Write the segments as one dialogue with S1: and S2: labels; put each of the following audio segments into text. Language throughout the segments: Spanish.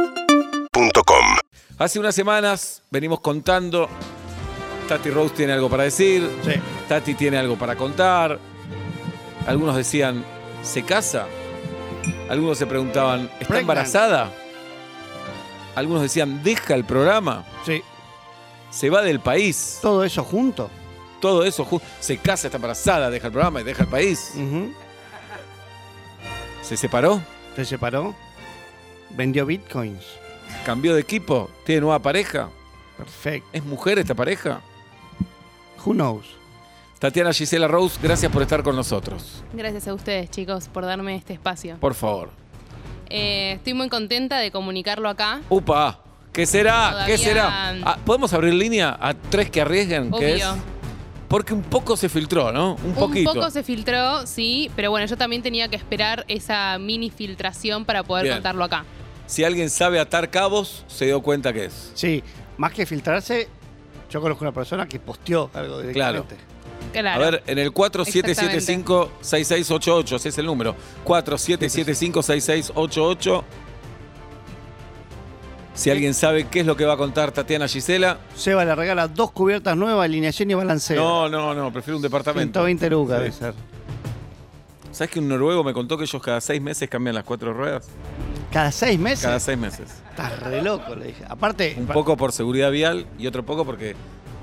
S1: UrbanaPlayFM.com
S2: Hace unas semanas venimos contando. Tati Rose tiene algo para decir.
S3: Sí.
S2: Tati tiene algo para contar. Algunos decían, ¿se casa? Algunos se preguntaban, ¿está
S3: Pregnant.
S2: embarazada? Algunos decían, deja el programa,
S3: Sí.
S2: se va del país.
S3: Todo eso junto.
S2: Todo eso, ju- se casa, está embarazada, deja el programa y deja el país.
S3: Ujú.
S2: ¿Se separó?
S3: Se separó. Vendió bitcoins.
S2: ¿Cambió de equipo? ¿Tiene nueva pareja?
S3: Perfecto.
S2: ¿Es mujer esta pareja?
S3: Who knows?
S2: Tatiana Gisela Rose, gracias por estar con nosotros.
S4: Gracias a ustedes, chicos, por darme este espacio.
S2: Por favor.
S4: Eh, estoy muy contenta de comunicarlo acá.
S2: Upa, ¿qué será? ¿Qué
S4: Todavía-
S2: será? Ah, ¿Podemos abrir línea a tres que arriesguen? ¿Qué es?
S4: Obvio.
S2: Porque un poco se filtró, ¿no? Un poquito.
S4: Un poco se filtró, sí, pero bueno, yo también tenía que esperar esa mini filtración para poder
S2: Bien.
S4: contarlo acá.
S2: Si alguien sabe atar cabos, se dio cuenta que es.
S3: Sí. Más que filtrarse, yo conozco una persona que posteó algo directamente.
S4: Claro.
S2: A ver, en el 4775-6688, ese es el número. 4775-6688. Si alguien sabe qué es lo que va a contar Tatiana Gisela.
S3: Seba le regala dos cubiertas nuevas, alineación y balanceo.
S2: No, no, no, prefiero un departamento.
S3: 120 lucas
S2: Sí.
S3: debe ser.
S2: ¿Sabes que un noruego me contó que ellos cada seis meses cambian las cuatro ruedas?
S3: Cada seis meses.
S2: Cada seis meses.
S3: Estás re loco, le dije. Aparte,
S2: Un
S3: pa-
S2: poco por seguridad vial y otro poco porque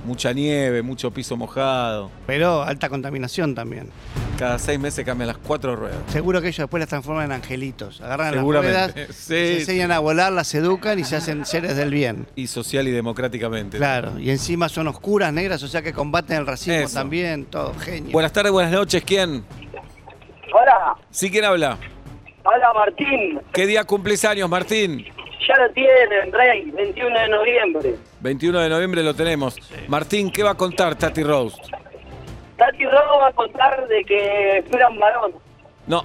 S2: mucha nieve, mucho piso mojado.
S3: pero alta contaminación también.
S2: Cada seis meses cambian las cuatro ruedas.
S3: Seguro que ellos después las transforman en angelitos. Agarran las ruedas,
S2: Seguramente.
S3: se
S2: Sí.
S3: enseñan a volar, las educan y se hacen seres del bien.
S2: Y social y democráticamente.
S3: Claro, y encima son oscuras, negras, o sea que combaten el racismo
S2: Eso.
S3: también, todo, genio.
S2: Buenas tardes, buenas noches. ¿Quién?
S5: Hola,
S2: Sí, ¿quién habla?
S5: hola Martín.
S2: ¿Qué día cumplís años, Martín?
S5: Ya lo tienen, Rey, 21 de noviembre.
S2: 21 de noviembre lo tenemos. Martín, ¿qué va a contar Tati Rose?
S5: Tati Robo va a contar de que fuera un varón.
S2: No.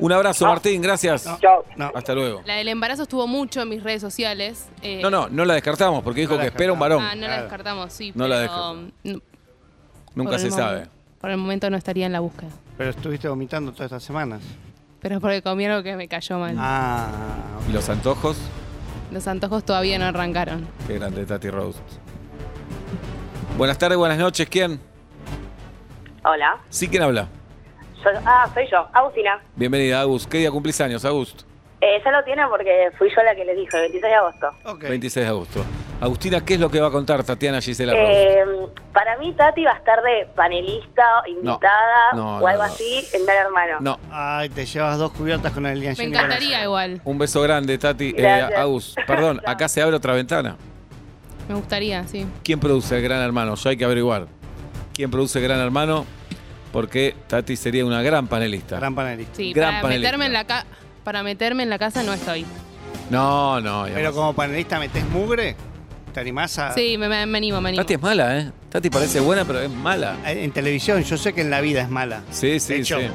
S2: Un abrazo, Martín, gracias.
S5: Chao.
S3: No,
S2: Hasta luego.
S4: La del embarazo estuvo mucho en mis redes sociales. eh,
S2: No, no, no la descartamos porque dijo
S3: la
S2: que espera un varón.
S4: Ah, no la
S3: Claro.
S4: descartamos, sí.
S2: No la
S4: pero,
S2: descartamos.
S4: no,
S2: Nunca
S4: por
S2: se
S4: el
S2: sabe.
S4: momen- Por el momento no estaría en la búsqueda.
S3: pero estuviste vomitando todas estas semanas.
S4: Pero es porque comí algo que me cayó mal.
S3: Ah,
S2: ¿Y los antojos?
S4: Los antojos todavía no arrancaron.
S2: Qué grande Tati Rose. Buenas tardes, buenas noches. ¿Quién?
S6: Hola.
S2: Sí, ¿quién habla?
S6: Yo- ah, soy yo, Agustina.
S2: Bienvenida, Agus. ¿Qué día cumplís años, Agus?
S6: Eh, ya lo tienen porque fui yo la que les dije, el 26 de agosto.
S3: ok.
S2: 26 de agosto. Agustina, ¿qué es lo que va a contar Tatiana Gisela Rose?
S6: Eh, para mí, Tati va a estar de panelista, invitada
S2: No, no,
S6: o algo
S2: no.
S6: así en Gran Hermano.
S2: No,
S3: Ay, te llevas dos cubiertas con
S4: Me
S3: alineación. y
S4: encantaría igual.
S2: un beso grande, Tati. Eh,
S6: Gracias.
S2: Agus, perdón, acá se abre otra ventana.
S4: Me gustaría, sí.
S2: ¿Quién produce el Gran Hermano? Ya hay que averiguar. ¿Quién produce el Gran Hermano? Porque Tati sería una gran panelista.
S3: Gran panelista.
S4: Sí,
S2: Gran
S4: para
S2: panelista.
S4: meterme en la ca- para meterme en la casa no estoy.
S2: No, no. y
S3: Pero
S2: además-
S3: como panelista metés mugre, te animás
S2: Ah.
S3: a...
S4: Sí, me, me- me animo, me animo.
S2: Tati es mala, ¿eh? Tati parece buena, pero es mala.
S3: Eh, En televisión, yo sé que en la vida es mala.
S2: Sí, sí,
S3: hecho.
S2: sí.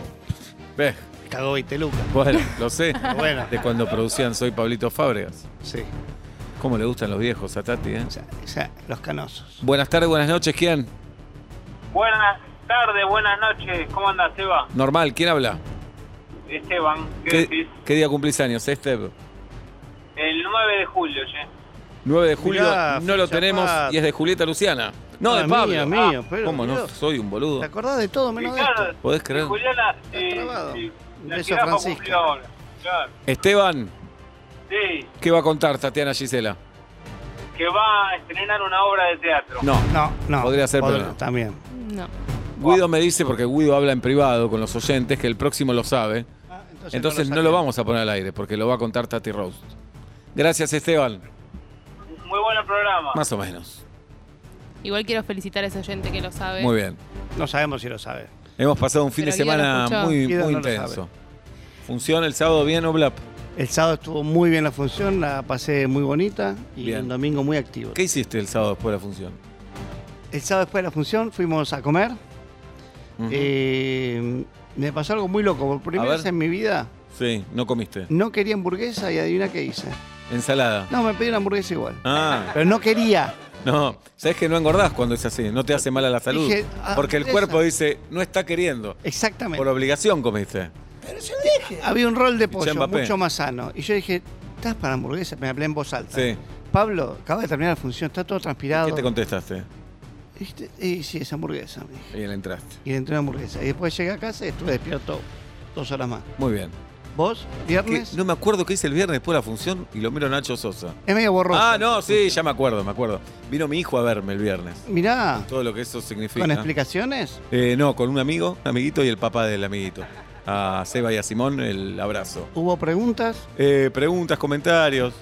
S2: Ve,
S3: Cagó y te lucas.
S2: bueno, lo sé.
S3: Bueno.
S2: De cuando producían Soy Pablito Fábregas.
S3: Sí.
S2: ¿Cómo le gustan los viejos a Tati, eh?
S3: O sea, o sea, los canosos.
S2: Buenas tardes, buenas noches. ¿Quién?
S7: Buenas tardes, buenas noches. ¿Cómo andas, Seba?
S2: Normal, ¿quién habla?
S7: Esteban, ¿qué,
S2: ¿Qué,
S7: decís?
S2: qué día cumplís años, Esteb?
S7: El 9 de julio, che.
S2: 9 de julio
S3: Mirá,
S2: no lo
S3: fecha
S2: tenemos
S3: patria.
S2: y es de Julieta Luciana. No,
S3: Ah,
S2: de Pablo.
S3: mío, mío,
S2: Ah,
S3: pero,
S2: ¿Cómo no?
S3: Dios.
S2: Soy un boludo.
S3: ¿Te acordás de todo menos de
S7: Claro,
S3: esto?
S2: ¿Podés creer?
S7: Juliana, eh,
S3: trabado.
S7: eh,
S3: Un
S7: la
S3: beso,
S7: jirafa
S3: Francisca.
S7: cumplió ahora. Claro,
S2: Esteban,
S7: sí,
S2: ¿qué va a contar Tatiana Gisela?
S7: que va a estrenar una obra de teatro.
S2: No.
S3: No, no.
S2: Podría ser, pero no.
S3: También.
S4: No.
S2: Guido me dice, porque Guido habla en privado con los oyentes, que el próximo lo sabe.
S3: Ah,
S2: Entonces, no, lo, vamos a poner al aire, porque lo va a contar Tati Rose. Gracias, Esteban.
S7: Muy buen programa.
S2: Más o menos.
S4: Igual quiero felicitar a ese oyente que lo sabe.
S2: Muy bien.
S3: No sabemos si lo sabe.
S2: Hemos pasado un fin
S4: Pero
S2: de
S4: Guido lo
S2: semana
S4: escuchó.
S2: muy,
S3: Guido
S2: muy
S3: no lo
S2: intenso.
S3: sabe.
S2: ¿Funciona el sábado bien, Oblap?
S3: El sábado estuvo muy bien la función, la pasé muy bonita y
S2: Bien.
S3: el domingo muy activo.
S2: ¿Qué hiciste el sábado después de la función?
S3: El sábado después de la función fuimos a comer.
S2: Ujú.
S3: Eh, me pasó algo muy loco. Por
S2: A
S3: primera
S2: ver.
S3: vez en mi vida
S2: Sí, no comiste.
S3: no quería hamburguesa y adivina qué hice.
S2: Ensalada.
S3: No, me pedí una hamburguesa igual.
S2: Ah,
S3: Pero no quería.
S2: no. Sabes que no engordás cuando es así, no te hace mal a la salud.
S3: Dije, ah, Eh,
S2: Porque el
S3: hamburguesa.
S2: cuerpo dice, no está queriendo.
S3: Exactamente.
S2: Por obligación comiste.
S1: Pero yo dije.
S3: Había un rol de pollo
S2: Mbappé.
S3: mucho más sano. Y yo dije, ¿estás para hamburguesa? Me hablé en voz alta.
S2: Sí.
S3: Pablo, acaba de terminar la función, está todo transpirado.
S2: ¿Qué te contestaste?
S3: Dijiste, Y sí, es hamburguesa. me dije.
S2: Y le entraste.
S3: Y le entré a hamburguesa. Y después llegué a casa y estuve despierto dos horas más.
S2: Muy bien.
S3: ¿Vos?
S2: Que
S3: ¿Viernes?
S2: No me acuerdo qué hice el viernes después de la función y lo miro a Nacho Sosa.
S3: Es medio borroso.
S2: Ah, no, sí, ya me acuerdo, me acuerdo. Vino mi hijo a verme el viernes.
S3: Mirá,
S2: Todo lo que eso significa.
S3: ¿con explicaciones?
S2: Eh, no, con un amigo, un amiguito y el papá del amiguito. A Seba y a Simón, el abrazo.
S3: ¿Hubo preguntas?
S2: Eh, preguntas, comentarios.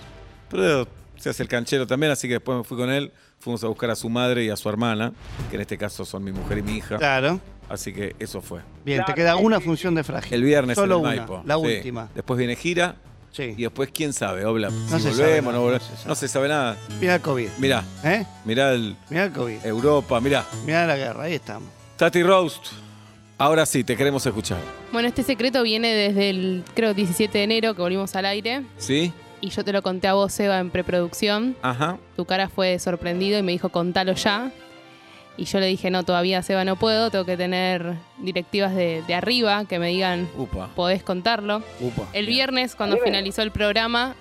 S2: Pero se hace el canchero también, así que después me fui con él. Fuimos a buscar a su madre y a su hermana, que en este caso son mi mujer y mi hija.
S3: Claro.
S2: Así que eso fue.
S3: Bien, te
S7: Claro,
S3: queda
S7: sí,
S3: una
S7: sí,
S3: función de frágil.
S2: El viernes
S3: Solo
S2: en el
S3: una,
S2: Maipo.
S3: la
S2: Sí.
S3: última.
S2: Después viene gira
S3: Sí.
S2: y después quién sabe, Obla.
S3: No
S2: si
S3: se sabe
S2: volvemos,
S3: nada,
S2: no volvemos.
S3: no se sabe.
S2: No se sabe nada.
S3: Mirá el COVID.
S2: Mirá,
S3: ¿Eh?
S2: mirá el
S3: Mirá el COVID.
S2: Europa, mirá.
S3: Mirá la guerra, ahí estamos.
S2: Tati Roast. Ahora sí, te queremos escuchar.
S4: Bueno, este secreto viene desde el, creo, 17 de enero que volvimos al aire.
S2: ¿Sí?
S4: Y yo te lo conté a vos, Eva, en preproducción.
S2: Ajá.
S4: Tu cara fue de sorprendido y me dijo, contalo ya. Y yo le dije, no, todavía, Seba, no puedo. Tengo que tener directivas de, de arriba que me digan,
S2: Upa.
S4: podés contarlo.
S2: Upa.
S4: El viernes, cuando finalizó el programa,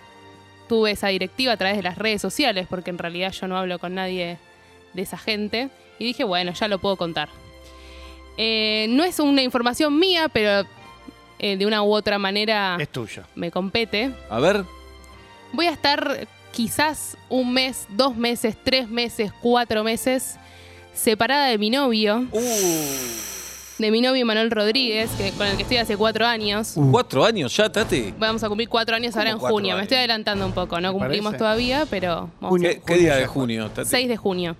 S4: tuve esa directiva a través de las redes sociales, porque en realidad yo no hablo con nadie de esa gente. Y dije, bueno, ya lo puedo contar. Eh, no es una información mía, pero eh, de una u otra manera
S3: Es tuyo.
S4: me compete.
S2: A ver.
S4: Voy a estar quizás un mes, dos meses, tres meses, cuatro meses separada de mi novio,
S2: Uh,
S4: de mi novio Manuel Rodríguez, que- con el que estoy hace cuatro años.
S2: ¿Cuatro años ya, Tati?
S4: Vamos a cumplir cuatro años ahora
S2: ¿Cómo
S4: en
S2: cuatro
S4: junio. Me
S2: años?
S4: estoy adelantando un poco, no cumplimos
S3: parece?
S4: todavía, pero vamos.
S3: Junio,
S2: ¿Qué, qué día
S3: ya
S2: de
S3: fue.
S2: junio, Tati?
S4: 6 de junio.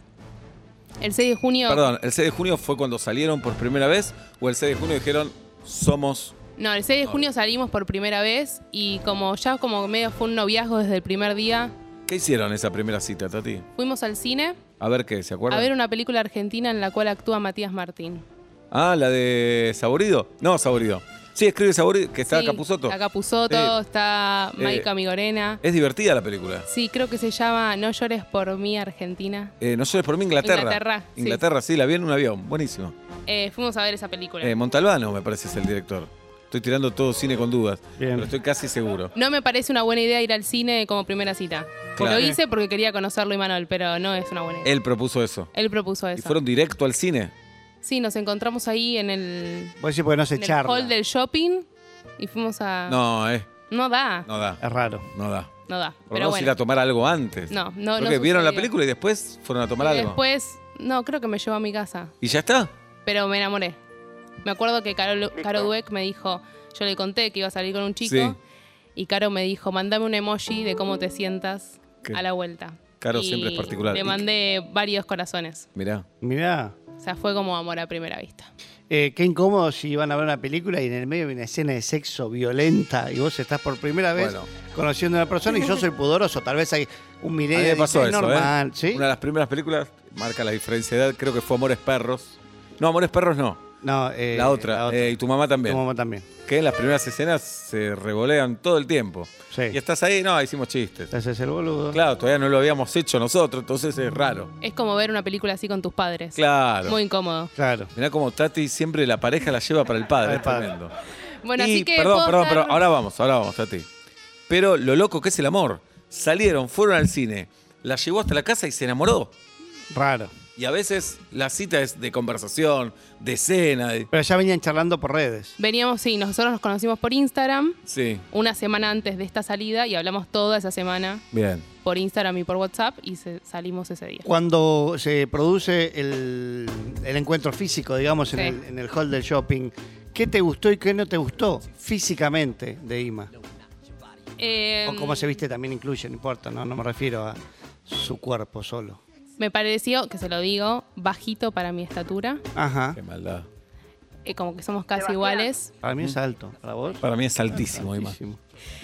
S4: El 6 de junio.
S2: Perdón, ¿el 6 de junio fue cuando salieron por primera vez? ¿O el 6 de junio dijeron, somos...
S4: No, el 6 de junio salimos por primera vez y como ya como medio fue un noviazgo desde el primer día,
S2: ¿Qué hicieron esa primera cita, Tati?
S4: fuimos al cine
S2: A ver qué, ¿se
S4: a
S2: acuerdan?
S4: ver una película argentina en la cual actúa Matías Martín.
S2: Ah, la de Saborido. No, Saborido. Sí, escribe Saborido, que está
S4: Sí,
S2: Capuzoto.
S4: Está Capuzoto,
S2: Sí.
S4: está Maika
S2: Eh,
S4: Migorena.
S2: Es divertida la película.
S4: Sí, creo que se llama No llores por mí, Argentina.
S2: Eh, no llores por mí, Inglaterra.
S4: Inglaterra, sí.
S2: Inglaterra, sí. la vi en un avión. Buenísimo.
S4: Eh, fuimos a ver esa película.
S2: Eh, Montalbano, me parece, es el director. Estoy tirando todo cine con dudas,
S3: Bien.
S2: pero estoy casi seguro.
S4: No me parece una buena idea ir al cine como primera cita.
S2: Claro.
S4: Lo hice porque quería conocerlo, Imanol, pero no es una buena idea.
S2: Él propuso eso.
S4: Él propuso
S2: ¿Y
S4: eso.
S2: fueron directo al cine?
S4: Sí, nos encontramos ahí en el,
S3: Vos decís porque no se
S4: en el hall
S3: charla.
S4: del shopping y fuimos a...
S2: No, eh,
S4: No da, no,
S2: no da,
S3: Es raro.
S2: no
S4: da.
S2: Por
S4: Pero
S2: no ir
S4: bueno.
S2: a tomar algo antes.
S4: No, no,
S2: Creo
S4: no
S2: que vieron la
S4: sucedió.
S2: película y después fueron a tomar
S4: Y
S2: algo.
S4: después, no, creo que me llevó a mi casa,
S2: ¿Y ya está?
S4: pero me enamoré. Me acuerdo que Caro, Caro Dweck me dijo, yo le conté que iba a salir con un chico
S2: Sí.
S4: y Caro me dijo, mandame un emoji de cómo te sientas
S2: ¿Qué?
S4: a la vuelta.
S2: Caro
S4: Y
S2: siempre es particular.
S4: Le
S2: Y-
S4: mandé varios corazones.
S2: Mirá.
S3: Mirá.
S4: O sea, fue como amor a primera vista.
S3: Eh, qué incómodo si van a ver una película y en el medio hay una escena de sexo violenta y vos estás por primera vez
S2: Bueno.
S3: conociendo a una persona y yo soy pudoroso. Tal vez hay un
S2: A mí
S3: milenio
S2: me pasó
S3: es
S2: eso,
S3: normal,
S2: ¿eh?
S3: ¿sí?
S2: Una de las primeras películas, marca la diferencia de edad, creo que fue Amores Perros. No, Amores Perros no.
S3: No, eh,
S2: la otra. eh, y tu mamá
S3: Tu
S2: también.
S3: mamá también.
S2: Que en las primeras escenas se revolean todo el tiempo.
S3: Sí.
S2: Y estás ahí, no, hicimos chistes.
S3: Te haces el boludo.
S2: Claro, todavía no lo habíamos hecho nosotros, entonces es raro.
S4: Es como ver una película así con tus padres.
S2: Claro.
S4: Muy incómodo.
S3: Claro.
S2: Mirá como Tati siempre la pareja la lleva para el padre, es
S3: Para el
S2: tremendo.
S4: Bueno,
S2: Y,
S4: así que.
S2: perdón,
S4: puedo
S2: perdón,
S4: estar-
S2: perdón, ahora vamos, ahora vamos, Tati. Pero lo loco que es el amor. Salieron, fueron al cine, la llevó hasta la casa y se enamoró.
S3: Raro.
S2: Y a veces la cita es de conversación, de cena, de-
S3: Pero ya venían charlando por redes.
S4: Veníamos, sí, nosotros nos conocimos por Instagram
S2: Sí,
S4: una semana antes de esta salida y hablamos toda esa semana
S2: bien.
S4: por Instagram y por WhatsApp y se- salimos ese día.
S3: Cuando se produce el, el encuentro físico, digamos, en,
S4: Sí.
S3: el, en el hall del shopping, ¿qué te gustó y qué no te gustó físicamente de Ima?
S4: Eh,
S3: O cómo se viste también incluye, no importa, no, no me refiero a su cuerpo solo.
S4: Me pareció, que se lo digo, bajito para mi estatura.
S3: Ajá.
S2: Qué maldad.
S4: eh, como que somos casi iguales.
S3: Para mí es alto. ¿Para vos?
S2: Para mí es altísimo, Ima.
S3: Altísimo.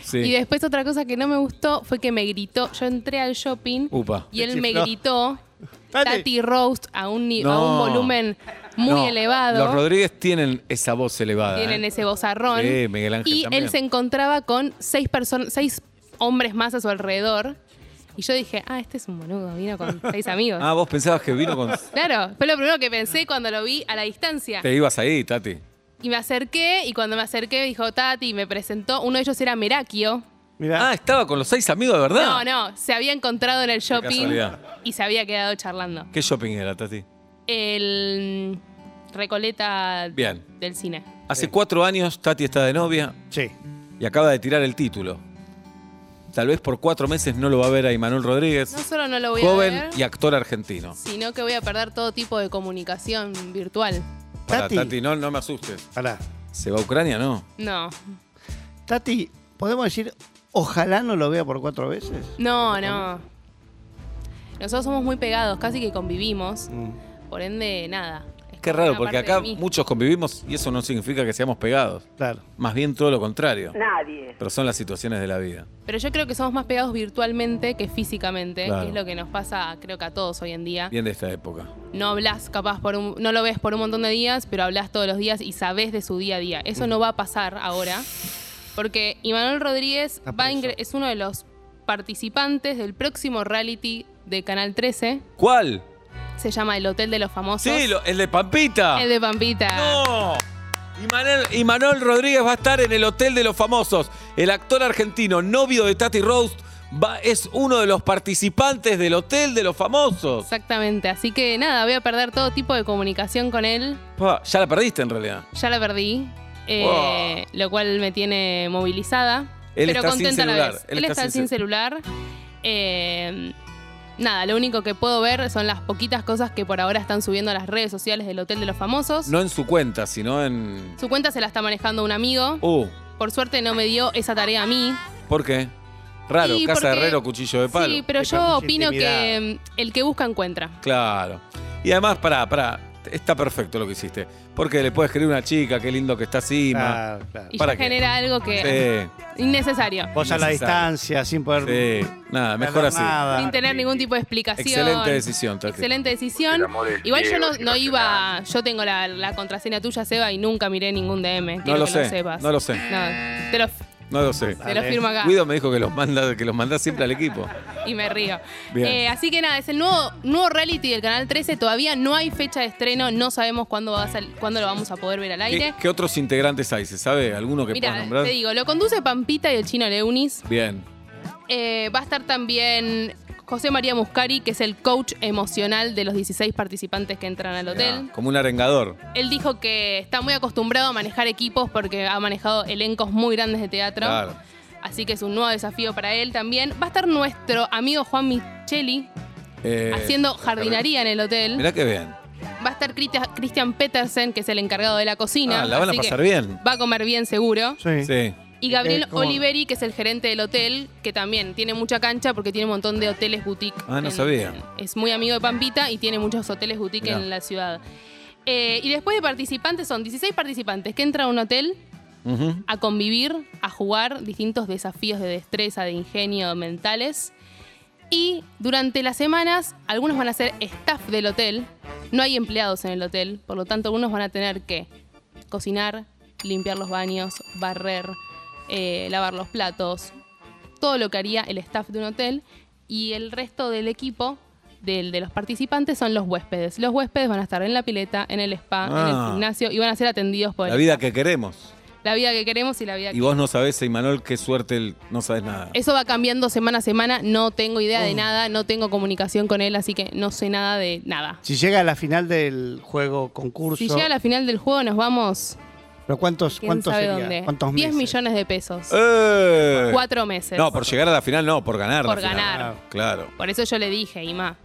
S2: Sí.
S4: Y después otra cosa que no me gustó fue que me gritó. Yo entré al shopping
S2: Upa.
S4: y él
S3: Te
S4: me
S3: chifló.
S4: gritó
S3: Tati.
S4: Tati Roast a un, ni- a
S2: No.
S4: un volumen muy
S2: No,
S4: elevado.
S2: Los Rodríguez tienen esa voz elevada.
S4: Tienen
S2: ¿eh?
S4: ese bozarrón.
S2: Sí, Miguel Ángel
S4: y
S2: también.
S4: él se encontraba con seis personas, seis hombres más a su alrededor. Y yo dije, ah, este es un boludo, vino con seis amigos.
S2: Ah, vos pensabas que vino con.
S4: Claro, fue lo primero que pensé cuando lo vi a la distancia.
S2: Te ibas ahí, Tati.
S4: Y me acerqué, y cuando me acerqué dijo Tati, y me presentó, uno de ellos era Merakio.
S3: Mirá,
S2: Ah, estaba con los seis amigos de verdad.
S4: No, no, se había encontrado en el shopping
S2: casualidad.
S4: y se había quedado charlando.
S2: ¿Qué shopping era, Tati?
S4: El mm, Recoleta
S2: Bien.
S4: del cine.
S2: Hace cuatro años Tati está de novia
S3: sí.
S2: y acaba de tirar el título. Tal vez por cuatro meses no lo va a ver a Imanol Rodríguez,
S4: No solo no lo voy
S2: joven
S4: a ver,
S2: y actor argentino.
S4: sino que voy a perder todo tipo de comunicación virtual.
S2: Pará,
S3: Tati.
S2: Tati, no, no me asustes.
S3: Pará.
S2: ¿Se va a Ucrania? No.
S4: No,
S3: Tati, ¿podemos decir ojalá no lo vea por cuatro veces?
S4: no, no. Nosotros somos muy pegados, casi que convivimos.
S3: Mm.
S4: Por ende, nada. Es
S2: Qué
S4: como
S2: raro,
S4: una
S2: porque
S4: parte
S2: acá
S4: de mí.
S2: muchos convivimos y eso no significa que seamos pegados.
S3: Claro.
S2: Más bien todo lo contrario.
S5: Nadie.
S2: Pero son las situaciones de la vida.
S4: Pero yo creo que somos más pegados virtualmente que físicamente,
S2: Claro.
S4: que es lo que nos pasa, creo que a todos hoy en día.
S2: Bien de esta época.
S4: No hablas capaz por un, no lo ves por un montón de días, pero hablas todos los días y sabés de su día a día. Eso no va a pasar ahora, porque Imanol Rodríguez
S3: Está
S4: va a
S3: preso.
S4: ingre- es uno de los participantes del próximo reality de Canal 13.
S2: ¿Cuál?
S4: Se llama El Hotel de los Famosos.
S2: Sí, lo- el de Pampita.
S4: El de Pampita.
S2: ¡No! Y Manel- y Manuel Rodríguez va a estar en el Hotel de los Famosos. El actor argentino, novio de Tati Roast, va- es uno de los participantes del Hotel de los Famosos.
S4: Exactamente. Así que nada, voy a perder todo tipo de comunicación con él.
S2: Pa, ya la perdiste en realidad.
S4: Ya la perdí. eh, Lo cual me tiene movilizada.
S2: Él
S4: pero
S2: está sin
S4: contenta a la
S2: celular,
S4: vez. Él, está, sin, celular. Eh, nada, lo único que puedo ver son las poquitas cosas que por ahora están subiendo a las redes sociales del Hotel de los Famosos.
S2: No en su cuenta, sino en.
S4: Su cuenta se la está manejando un amigo.
S2: Uh,
S4: Por suerte no me dio esa tarea a mí.
S2: ¿por qué? Raro,
S4: Y
S2: casa de
S4: porque-
S2: herrero, cuchillo de palo.
S4: Sí, pero
S3: Esta
S4: yo
S3: mucha
S4: opino que
S3: intimidad.
S4: mm, el que busca encuentra.
S2: Claro. Y además, pará, pará. Está perfecto lo que hiciste. Porque le puedes escribir a una chica, qué lindo que está Sima.
S3: Claro, claro.
S4: Y
S2: ¿Para
S4: ya
S2: qué?
S4: genera algo que...
S2: Sí,
S4: Innecesario.
S3: Vos a la
S2: Innecesario.
S3: distancia, sin poder.
S2: sí. Nada, mejor
S3: ganar
S2: así.
S3: nada.
S4: Sin tener ningún tipo de explicación.
S2: Ah, Excelente decisión, Tati.
S4: Excelente decisión. Igual yo no, no iba. Yo tengo la, la contraseña tuya, Seba, y nunca miré ningún DM. Quiero
S2: No lo
S4: que
S2: sé,
S4: lo sepas.
S2: no lo sé.
S4: No, te lo,
S2: No lo sé.
S4: te lo firmo acá
S2: Guido me dijo que los manda, que los manda siempre al equipo.
S4: y me río.
S2: Bien.
S4: Eh, así que nada, es el nuevo, nuevo reality del Canal 13. Todavía no hay fecha de estreno. No sabemos cuándo, va a sal- cuándo lo vamos a poder ver al
S2: ¿Qué,
S4: aire.
S2: qué otros integrantes hay? ¿Se sabe? ¿Alguno que puedas
S4: Mira,
S2: nombrar?
S4: te digo, lo conduce Pampita y el chino Leunis.
S2: Bien.
S4: Eh, va a estar también José María Muscari, que es el coach emocional de los 16 participantes que entran al hotel.
S2: Mirá, Ah, Como un arengador.
S4: Él dijo que está muy acostumbrado a manejar equipos porque ha manejado elencos muy grandes de teatro.
S2: Claro.
S4: Así que es un nuevo desafío para él también. Va a estar nuestro amigo Juan Micheli
S2: Eh,
S4: haciendo jardinería en el hotel.
S2: Mirá que bien.
S4: Va a estar Cristi- Christian Petersen, que es el encargado de la cocina.
S2: Ah, la van a
S4: así que
S2: pasar bien.
S4: Va a comer bien seguro.
S3: Sí.
S2: Sí.
S4: Y Gabriel
S3: Eh, ¿cómo?
S4: Oliveri, que es el gerente del hotel, que también tiene mucha cancha porque tiene un montón de hoteles boutique.
S2: Ah, no sabía.
S4: Es muy amigo de Pampita y tiene muchos hoteles boutique
S2: Mirá.
S4: en la ciudad. Eh, y después de participantes, son 16 participantes que entran a un hotel
S2: Ujú.
S4: a convivir, a jugar distintos desafíos de destreza, de ingenio, mentales. Y durante las semanas, algunos van a ser staff del hotel. No hay empleados en el hotel, por lo tanto, algunos van a tener que cocinar, limpiar los baños, barrer, eh, lavar los platos, todo lo que haría el staff de un hotel. Y el resto del equipo, del, de los participantes, son los huéspedes. Los huéspedes van a estar en la pileta, en el spa, en
S2: Ah.
S4: el gimnasio y van a ser atendidos por
S2: La vida que queremos.
S4: la vida que queremos y la vida
S2: Y
S4: que...
S2: vos no sabés, Imanol, qué suerte, el- no sabés nada.
S4: Eso va cambiando semana a semana, no tengo idea
S3: Mm.
S4: de nada, no tengo comunicación con él, así que no sé nada de nada.
S3: Si llega a la final del juego concurso.
S4: Si llega la final del juego nos vamos,
S3: ¿Pero cuántos,
S4: quién
S3: cuántos
S4: sabe
S3: sería?
S4: dónde.
S3: ¿Cuántos
S4: 10
S3: meses?
S4: millones de pesos.
S2: ¡Eh!
S4: Cuatro meses.
S2: No, por llegar a la final no, por ganar. la
S4: Por
S2: final.
S4: ganar.
S2: Claro.
S4: Por eso yo le dije, Ima,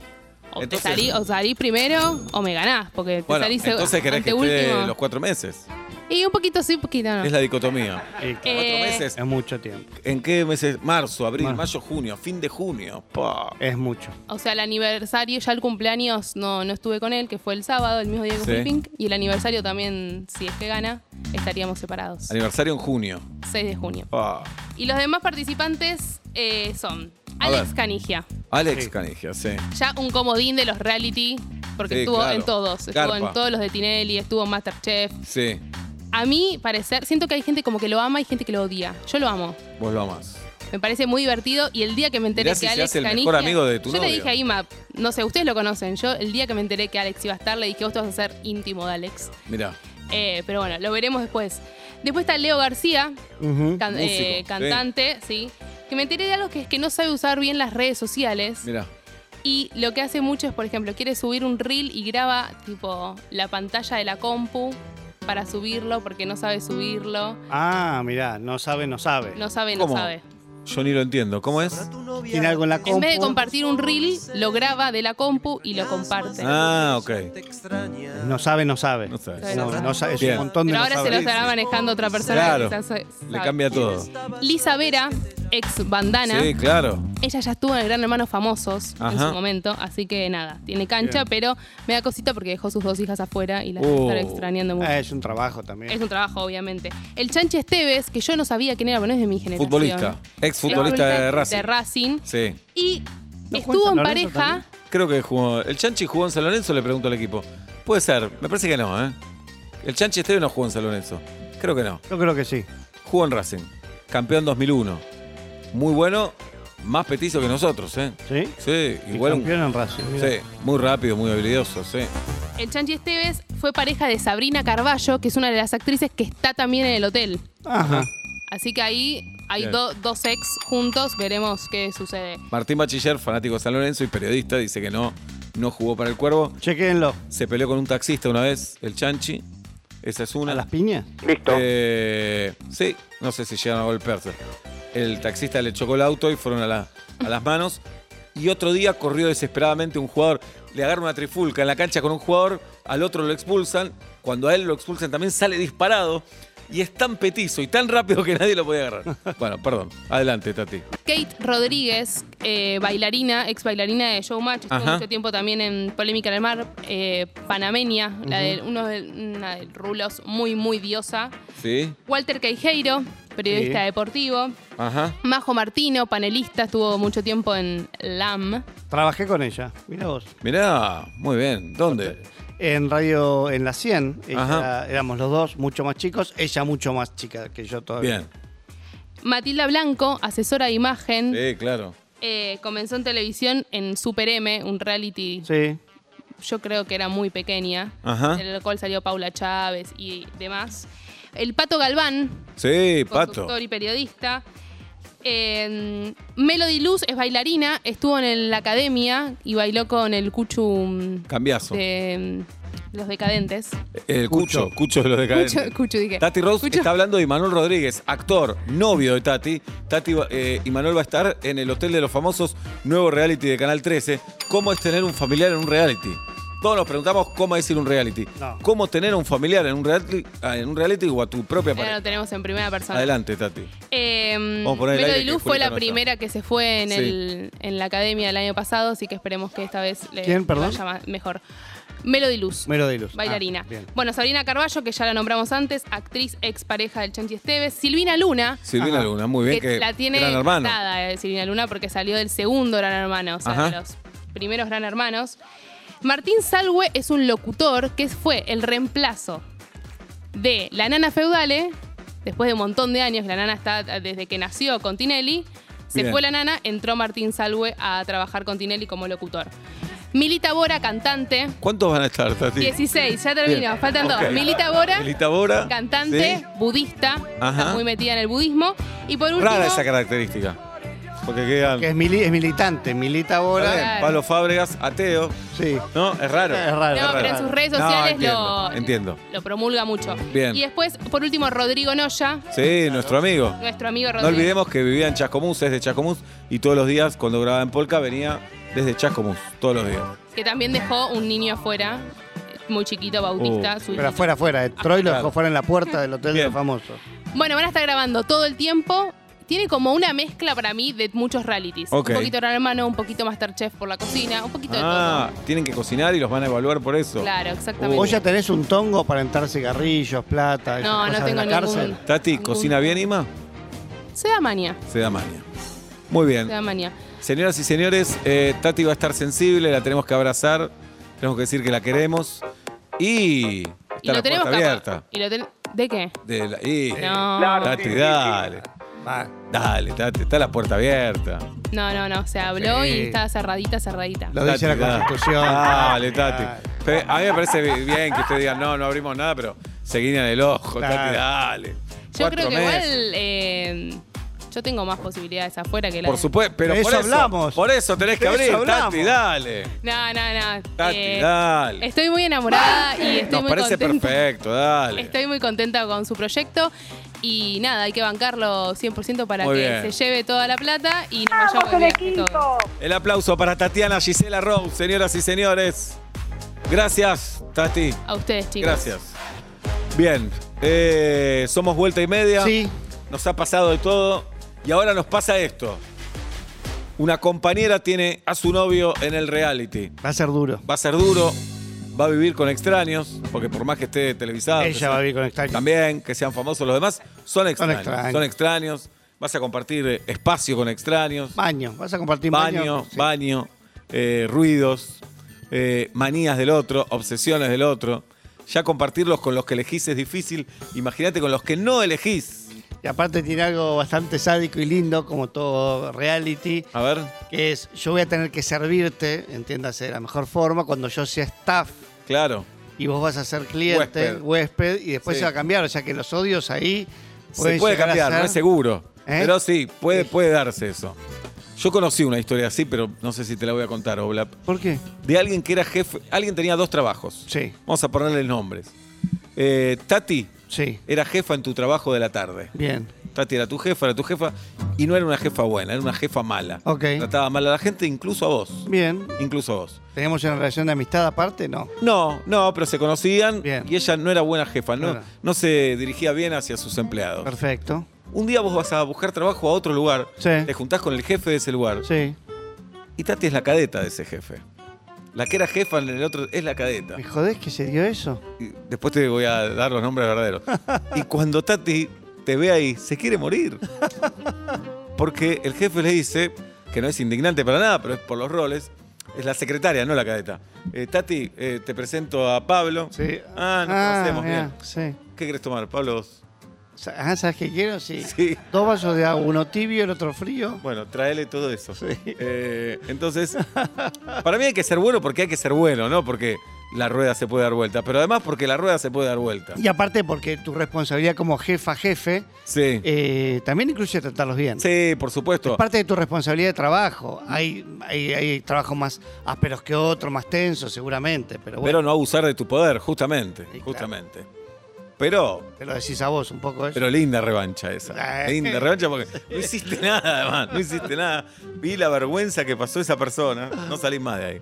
S4: o, te
S2: Entonces-
S4: salí, o salí primero o me ganás, porque te
S2: Bueno,
S4: salís
S2: entonces querés que esté
S4: anteúltimo.
S2: los cuatro meses.
S4: Y un poquito sí, un poquito no.
S2: Es la dicotomía.
S3: Sí, claro.
S2: Cuatro
S4: Eh,
S2: meses.
S3: Es mucho tiempo.
S2: ¿En qué meses? Marzo, abril,
S3: Marzo.
S2: mayo, junio, fin de junio. Pa.
S3: Es mucho.
S4: O sea, el aniversario, ya el cumpleaños no, no estuve con él, que fue el sábado, el mismo día que
S2: Sí.
S4: fue Pink. Y el aniversario también, si es que gana, estaríamos separados.
S2: Aniversario en junio.
S4: 6 de junio.
S2: Pa.
S4: Y los demás participantes eh, son
S2: A
S4: Alex
S2: ver.
S4: Canigia,
S2: Alex
S3: Sí.
S2: Canigia, sí.
S4: ya un comodín de los reality, porque
S2: Sí,
S4: estuvo
S2: claro.
S4: en todos, estuvo
S2: Garpa.
S4: en todos los de Tinelli, estuvo en Masterchef.
S2: Sí,
S4: A mí parecer, siento que hay gente como que lo ama y gente que lo odia. Yo lo amo.
S2: vos lo amás.
S4: Me parece muy divertido y el día que me enteré
S2: Mirá
S4: que
S2: si se
S4: Alex
S2: hace el
S4: Canigia-
S2: mejor amigo de tu
S4: yo
S2: novio.
S4: le dije a Ima, no sé, ustedes lo conocen. Yo el día que me enteré que Alex iba a estar, le dije, vos te vas a ser íntimo de Alex.
S2: Mirá.
S4: Eh, pero bueno, lo veremos después. Después está Leo García,
S3: Ujú.
S4: can-
S2: Músico,
S4: eh,
S2: sí.
S4: cantante, sí. Que me enteré de algo que es que no sabe usar bien las redes sociales.
S2: Mira,
S4: Y lo que hace mucho es, por ejemplo, quiere subir un reel y graba tipo la pantalla de la compu para subirlo porque no sabe subirlo.
S3: Ah, mirá, no sabe, no sabe.
S4: No sabe,
S2: ¿Cómo?
S4: no sabe.
S2: yo ni lo entiendo. ¿Cómo es?
S3: Tiene algo en la compu.
S4: En vez de compartir un reel, lo graba de la compu y lo comparte.
S2: Ah, ok.
S3: No sabe, no sabe.
S2: No sabe.
S3: No, no sabe, es
S2: Bien.
S3: un montón de
S4: Pero
S3: no
S4: ahora se
S3: saber.
S4: lo estará manejando otra persona.
S2: Claro.
S4: que quizás se-
S2: Le
S4: sabe.
S2: cambia todo.
S4: Lisa Vera, ex bandana.
S2: Sí, claro.
S4: Ella ya estuvo en el Gran Hermano Famosos en
S2: Ajá.
S4: su momento, así que nada, tiene cancha, pero me da cosita porque dejó sus dos hijas afuera y las
S2: Oh.
S4: están extrañando mucho.
S3: Ah, es un trabajo
S4: Es
S3: también.
S4: un trabajo, obviamente. El Chanche Esteves, que yo no sabía quién era, pero no es de mi generación.
S2: Futbolista. Ex futbolista de Racing.
S4: De Racing.
S2: Sí.
S4: Y
S3: ¿No
S4: estuvo
S3: juega en San
S4: en
S3: Lorenzo
S4: pareja.
S2: Creo que jugó. ¿El Chanchi jugó en San Lorenzo? Le pregunto al equipo. Puede ser. Me parece que no, ¿eh? El Chanchi Esteve no jugó en San Lorenzo. Creo que no.
S3: Yo creo que sí.
S2: Jugó en Racing. Campeón 2001. Muy bueno. Más petizo que nosotros, ¿eh?
S3: ¿Sí?
S2: Sí,
S3: Y
S2: igual. un-
S3: campeón en Racing. mirá.
S2: Sí, muy rápido, muy habilidoso, sí.
S4: El Chanchi Esteves fue pareja de Sabrina Carballo, que es una de las actrices que está también en el hotel.
S3: Ajá.
S4: Así que ahí hay
S2: Bien.
S4: do- dos ex juntos, veremos qué sucede.
S2: Martín Bachiller, fanático de San Lorenzo y periodista, dice que no, no jugó para el Cuervo.
S3: Chequenlo.
S2: Se peleó con un taxista una vez, el Chanchi. Esa es una.
S3: ¿A las piñas?
S5: Listo.
S2: Eh, sí, no sé si llegaron a golpearse. El taxista le chocó el auto y fueron a, la- a las manos. Y otro día corrió desesperadamente un jugador, le agarra una trifulca en la cancha con un jugador, al otro lo expulsan. Cuando a él lo expulsan también sale disparado. Y es tan petizo y tan rápido que nadie lo podía agarrar. Bueno, perdón. Adelante, Tati.
S4: Kate Rodríguez, eh, bailarina, ex bailarina de Showmatch, estuvo
S2: Ajá.
S4: mucho tiempo también en Polémica en el Mar, eh, panameña, la de, uno de, una de rulos muy, muy diosa.
S2: Sí.
S4: Walter Queijeiro, periodista
S3: Sí.
S4: deportivo.
S2: Ajá.
S4: Majo Martino, panelista, estuvo mucho tiempo en LAM.
S3: Trabajé con ella. Mira vos.
S2: Mirá, muy bien. ¿Dónde?
S3: En radio, en la 100, ella-
S2: Ajá.
S3: éramos los dos mucho más chicos, ella mucho más chica que yo todavía.
S2: Bien.
S4: Matilda Blanco, asesora de imagen,
S2: Sí, claro.
S4: eh, comenzó en televisión en Super M, un reality,
S3: Sí.
S4: yo creo que era muy pequeña,
S2: Ajá.
S4: en el cual salió Paula Chávez y demás. El Pato Galván,
S2: Sí, Pato.
S4: conductor y periodista. Eh, Melody Luz es bailarina, estuvo en el- la academia y bailó con el Cuchu mm,
S2: Cambiazo.
S4: de mm, Los Decadentes.
S2: El Cucho. Cucho de los decadentes.
S4: Cucho, Cucho dije.
S2: Tati Rose
S4: Cucho.
S2: está hablando de Manuel Rodríguez, actor, novio de Tati. Tati eh, y Manuel va a estar en el Hotel de los Famosos, nuevo reality de Canal 13. ¿Cómo es tener un familiar en un reality? Todos nos preguntamos cómo es ir a un reality.
S3: No.
S2: ¿Cómo tener a un familiar en un reality, ah, en un reality o a tu propia
S4: Ahora lo
S2: pareja?
S4: tenemos en primera persona.
S2: Adelante, Tati.
S4: Eh,
S2: Vamos a poner el
S4: Melody
S2: aire que
S4: Luz fue
S2: Julieta
S4: la
S2: no está.
S4: primera que se fue en,
S2: Sí.
S4: el- en la academia el año pasado, así que esperemos que esta vez le
S3: ¿Quién, perdón?
S4: vaya ma- mejor. Melody Luz.
S3: Mero de luz.
S4: Bailarina.
S3: Ah, bien.
S4: bueno, Sabrina Carballo, que ya la nombramos antes, actriz expareja del Chanchi Esteves. Silvina Luna,
S2: Silvina
S3: Ajá.
S2: Luna, muy bien.
S4: que,
S2: Que,
S4: la tiene
S2: gran hermano.
S4: nada Silvina Luna porque salió del segundo Gran Hermano, o sea,
S2: Ajá.
S4: de los primeros Gran Hermanos. Martín Salwe es un locutor que fue el reemplazo de la nana feudale, después de un montón de años, la nana está desde que nació con Tinelli, se
S2: Bien.
S4: fue la nana, entró Martín Salwe a trabajar con Tinelli como locutor. Milita Bora, cantante,
S2: ¿Cuántos van a estar, Tati?
S4: 16, ya termino,
S2: Bien.
S4: faltan dos.
S2: Ok.
S4: Milita Bora,
S2: Lita Bora.
S4: cantante,
S2: ¿sí?
S4: budista, está
S2: Ajá.
S4: muy metida en el budismo. Y por último,
S2: Rara esa característica. Porque quedan.
S3: Que es, mili- es militante, milita
S2: Está
S3: ahora.
S2: bien,
S4: Claro.
S2: Pablo Fábregas, ateo.
S3: Sí.
S2: No, es raro.
S3: Es raro.
S4: No,
S3: es
S4: pero en
S3: raro.
S4: sus redes
S2: No,
S4: sociales
S2: entiendo,
S4: lo,
S2: entiendo.
S4: lo promulga mucho.
S2: Bien.
S4: Y después, por último, Rodrigo Noya,
S2: Sí, nuestro amigo.
S4: nuestro amigo
S2: No
S4: Rodrigo.
S2: olvidemos que vivía en Chascomús, es de Chascomús, y todos los días cuando grababa en Polka venía desde Chascomús, todos los días.
S4: Que también dejó un niño afuera, muy chiquito, bautista.
S2: Oh,
S4: su
S3: Pero
S4: hijito.
S3: afuera, afuera. eh, Troy lo
S2: claro.
S3: dejó fuera en la puerta del hotel de
S2: Bien.
S3: los famosos.
S4: Bueno, van a estar grabando todo el tiempo. Tiene como una mezcla para mí de muchos realities.
S2: Ok.
S4: Un poquito Gran Hermano, un poquito Masterchef por la cocina, un poquito
S2: Ah,
S4: de
S2: tienen que cocinar y los van a evaluar por eso.
S4: todo. Claro, exactamente.
S3: Vos ya tenés un tongo para entrar cigarrillos, plata, esas
S4: No, no
S3: cosas de
S4: tengo
S3: la
S4: ningún-
S3: cárcel.
S2: Tati, ¿cocina bien Ima?
S4: Se da manía,
S2: Se da maña. Muy
S4: se
S2: bien.
S4: da manía.
S2: Señoras y señores, eh, Tati va a estar sensible, la tenemos que abrazar, tenemos que decir que la queremos y está
S4: Y
S2: la
S4: lo tenemos
S2: puerta
S4: capaz-
S2: abierta.
S4: y lo ten- ¿De qué?
S2: De Eh, la- y-
S4: No.
S2: Tati, dale. Ah,
S3: Va.
S2: Dale, Tati, está la puerta abierta.
S4: No, no, no. Se habló
S3: Sí.
S4: y estaba cerradita, cerradita.
S3: Lo dice la
S2: Tati, dale.
S3: Constitución.
S2: Dale, Tati.
S3: Dale.
S2: Fe- A mí me parece bi- bien que ustedes digan, no, no abrimos nada, pero se guiñan el ojo,
S3: Claro.
S2: Tati, dale.
S4: Yo
S2: Cuatro
S4: creo que
S2: meses.
S4: igual eh, yo tengo más posibilidades afuera que la.
S2: Por supuesto, pero
S3: De
S2: por
S3: eso
S2: eso
S3: hablamos.
S2: Por eso tenés que
S3: De eso
S2: abrir,
S3: hablamos.
S2: Tati, dale.
S4: No, no, no.
S2: Tati,
S4: Eh,
S2: dale.
S4: estoy muy enamorada y estoy
S2: Nos
S4: muy
S2: parece
S4: contenta.
S2: perfecto, dale.
S4: Estoy muy contenta con su proyecto y nada, hay que bancarlo 100% para
S2: Muy
S4: que
S2: bien.
S4: se lleve toda la plata y Nueva York
S5: ¡Vamos el
S4: olvídate todo.
S5: equipo!
S2: El aplauso para Tatiana Gisela Rose, señoras y señores. Gracias, Tati.
S4: A ustedes, chicos.
S2: Gracias. Bien, eh, somos vuelta y media.
S3: Sí.
S2: Nos ha pasado de todo. Y ahora nos pasa esto. Una compañera tiene a su novio en el reality.
S3: Va a ser duro.
S2: Va a ser duro, va a vivir con extraños, porque por más que esté televisado, que
S3: Ella va a
S2: sea-
S3: vivir con extraños.
S2: Ah, también, que sean famosos los demás, son extraños. Son extraños.
S3: extraños.
S2: Vas a compartir eh, espacio con extraños
S3: Baño. Vas a compartir
S2: baño,
S3: baño.
S2: baño,
S3: Sí.
S2: eh, ruidos, eh, manías del otro, obsesiones del otro. Ya compartirlos con los que elegís es difícil. Imagínate con los que no elegís.
S3: Y aparte tiene algo bastante sádico y lindo, como todo reality,
S2: A ver,
S3: que es yo voy a tener que servirte, entiéndase, de la mejor forma, cuando yo sea staff
S2: claro.
S3: y vos vas a ser cliente,
S2: Huésped.
S3: huésped, y después
S2: Sí.
S3: se va a cambiar. O sea que los odios ahí
S2: Se
S3: pueden
S2: puede
S3: llegar a
S2: cambiar,
S3: ser-
S2: no es seguro.
S3: ¿Eh?
S2: Pero sí, puede,
S3: Sí.
S2: puede darse eso. Yo conocí una historia así, pero no sé si te la voy a contar, Obla.
S3: ¿Por qué?
S2: De alguien que era jefe. Alguien tenía dos trabajos.
S3: Sí.
S2: Vamos a ponerle nombres. Eh, Tati
S3: Sí.
S2: era jefa en tu trabajo de la tarde.
S3: Bien.
S2: Tati era tu jefa, era tu jefa, y no era una jefa buena, era una jefa mala.
S3: Ok.
S2: Trataba mal a la gente, incluso a vos.
S3: Bien.
S2: Incluso a vos.
S3: ¿Tenemos una relación de amistad aparte? No.
S2: No, no, pero se conocían
S3: Bien.
S2: y ella no era buena jefa, no,
S3: Claro.
S2: no se dirigía bien hacia sus empleados.
S3: Perfecto.
S2: Un día vos vas a buscar trabajo a otro lugar,
S3: Sí.
S2: te juntás con el jefe de ese lugar,
S3: Sí.
S2: y Tati es la cadeta de ese jefe. La que era jefa en el otro es la cadeta.
S3: ¿Me jodés que se dio eso?
S2: Y después te voy a dar los nombres verdaderos. Y cuando Tati te ve ahí, se quiere morir. Porque el jefe le dice, que no es indignante para nada, pero es por los roles, es la secretaria, no la cadeta. Eh, Tati, eh, te presento a Pablo.
S3: Sí.
S2: Ah, nos conocemos,
S3: mirá,
S2: bien.
S3: Sí.
S2: ¿Qué querés tomar, Pablo? vos?
S3: Sa- Ah, ¿sabes qué quiero? Sí.
S2: Sí.
S3: Dos vasos de agua, uno tibio, el otro frío.
S2: Bueno, tráele todo eso.
S3: Sí.
S2: Eh, entonces, para mí hay que ser bueno porque hay que ser bueno, ¿no? Porque la rueda se puede dar vuelta, pero además porque la rueda se puede dar vuelta.
S3: Y aparte porque tu responsabilidad como jefa, jefe,
S2: Sí.
S3: eh, también incluye tratarlos bien.
S2: Sí, por supuesto.
S3: Es parte de tu responsabilidad de trabajo. Hay, hay, hay trabajos más ásperos que otros, más tensos seguramente, pero bueno,
S2: Pero no abusar de tu poder, justamente.
S3: claro.
S2: justamente. Pero,
S3: te lo decís a vos un poco eso.
S2: pero linda revancha esa.
S3: Eh.
S2: Linda revancha porque no hiciste nada, además. No hiciste nada. Vi la vergüenza que pasó esa persona. No salís más de ahí.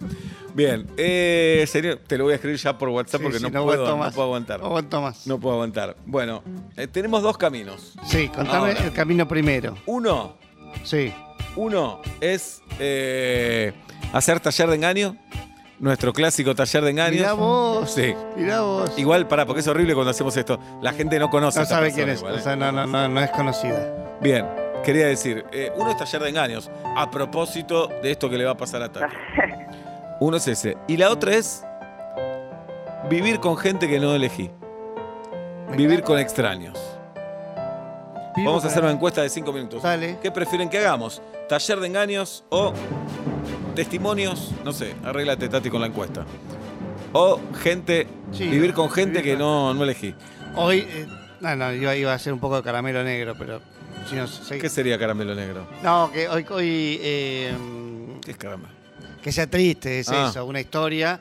S2: Bien, eh, señor, te lo voy a escribir ya por WhatsApp
S3: Sí,
S2: porque
S3: sí,
S2: no, puedo,
S3: aguanto
S2: no
S3: más.
S2: puedo aguantar.
S3: No aguanto más.
S2: No puedo aguantar. Bueno, eh, tenemos dos caminos.
S3: Sí, contame
S2: Ahora.
S3: el camino primero.
S2: Uno,
S3: Sí.
S2: uno es eh, hacer taller de engaño. Nuestro clásico taller de engaño.
S3: Mirá vos.
S2: Ah, Sí.
S3: Mirá vos.
S2: Igual, pará, porque es horrible cuando hacemos esto. La gente no conoce. a
S3: No
S2: esta
S3: sabe
S2: persona
S3: quién es.
S2: igual,
S3: o
S2: ¿eh?
S3: sea, no, no, no, no es conocida.
S2: Bien, quería decir, eh, uno es taller de engaños, a propósito de esto que le va a pasar a Tati. Uno es ese. Y la otra es vivir con gente que no elegí. Vivir con extraños.
S3: Vivo
S2: Vamos a
S3: para-
S2: hacer una encuesta de cinco minutos.
S3: Dale.
S2: ¿Qué prefieren que hagamos? ¿Taller de engaños o testimonios? No sé, arréglate Tati con la encuesta. O gente,
S3: Sí,
S2: vivir con gente
S3: vivir
S2: que no, no elegí.
S3: Hoy. eh, no, no, yo iba a hacer un poco de caramelo negro, pero. Si no, sí.
S2: ¿Qué sería caramelo negro?
S3: No, que hoy. hoy eh, mm,
S2: ¿Qué es caramelo?
S3: que sea triste, es
S2: Ah.
S3: eso, una historia.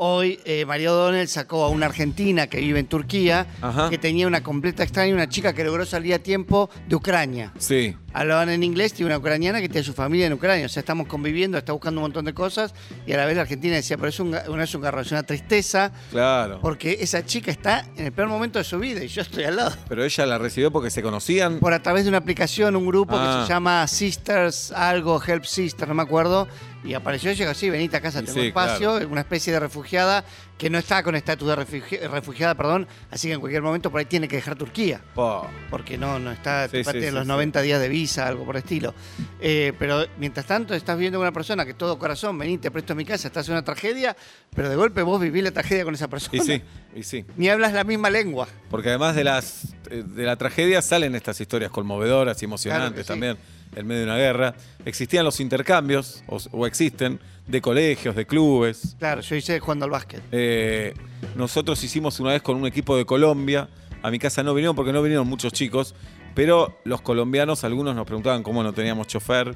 S3: Hoy eh, María O'Donnell sacó a una argentina que vive en Turquía,
S2: Ajá.
S3: que tenía una completa extraña, una chica que logró salir a tiempo de Ucrania.
S2: Sí.
S3: Hablaban en inglés, tiene una ucraniana que tiene su familia en Ucrania. O sea, estamos conviviendo, está buscando un montón de cosas. Y a la vez la Argentina decía, pero es un, ga- no es un garrón, es una tristeza.
S2: Claro.
S3: Porque esa chica está en el peor momento de su vida y yo estoy al lado.
S2: Pero ella la recibió porque se conocían.
S3: Por a través de una aplicación, un grupo
S2: Ah.
S3: que se llama Sisters, algo, Help Sisters, no me acuerdo. Y apareció y llegó así, venite a casa,
S2: Y
S3: tengo
S2: sí,
S3: espacio, una especie de refugiada que no está con estatus de refugi- refugiada, perdón. Así que en cualquier momento por ahí tiene que dejar Turquía
S2: Po.
S3: porque no, no está,
S2: Sí,
S3: te parte
S2: sí,
S3: de
S2: sí,
S3: los
S2: sí.
S3: 90 días de visa, algo por el estilo. Eh, pero mientras tanto estás viendo a una persona que todo corazón, vení, te presto mi casa, estás en una tragedia, pero de golpe vos vivís la tragedia con esa persona.
S2: Y sí, y sí.
S3: Ni hablas la misma lengua.
S2: Porque además de las eh, de la tragedia salen estas historias conmovedoras y
S3: Claro que
S2: emocionantes
S3: sí.
S2: también. en medio de una guerra. Existían los intercambios, o, o existen, de colegios, de clubes.
S3: Claro, yo hice jugando al básquet.
S2: Eh, nosotros hicimos una vez con un equipo de Colombia. A mi casa no vinieron porque no vinieron muchos chicos, pero los colombianos, algunos nos preguntaban cómo no teníamos chofer,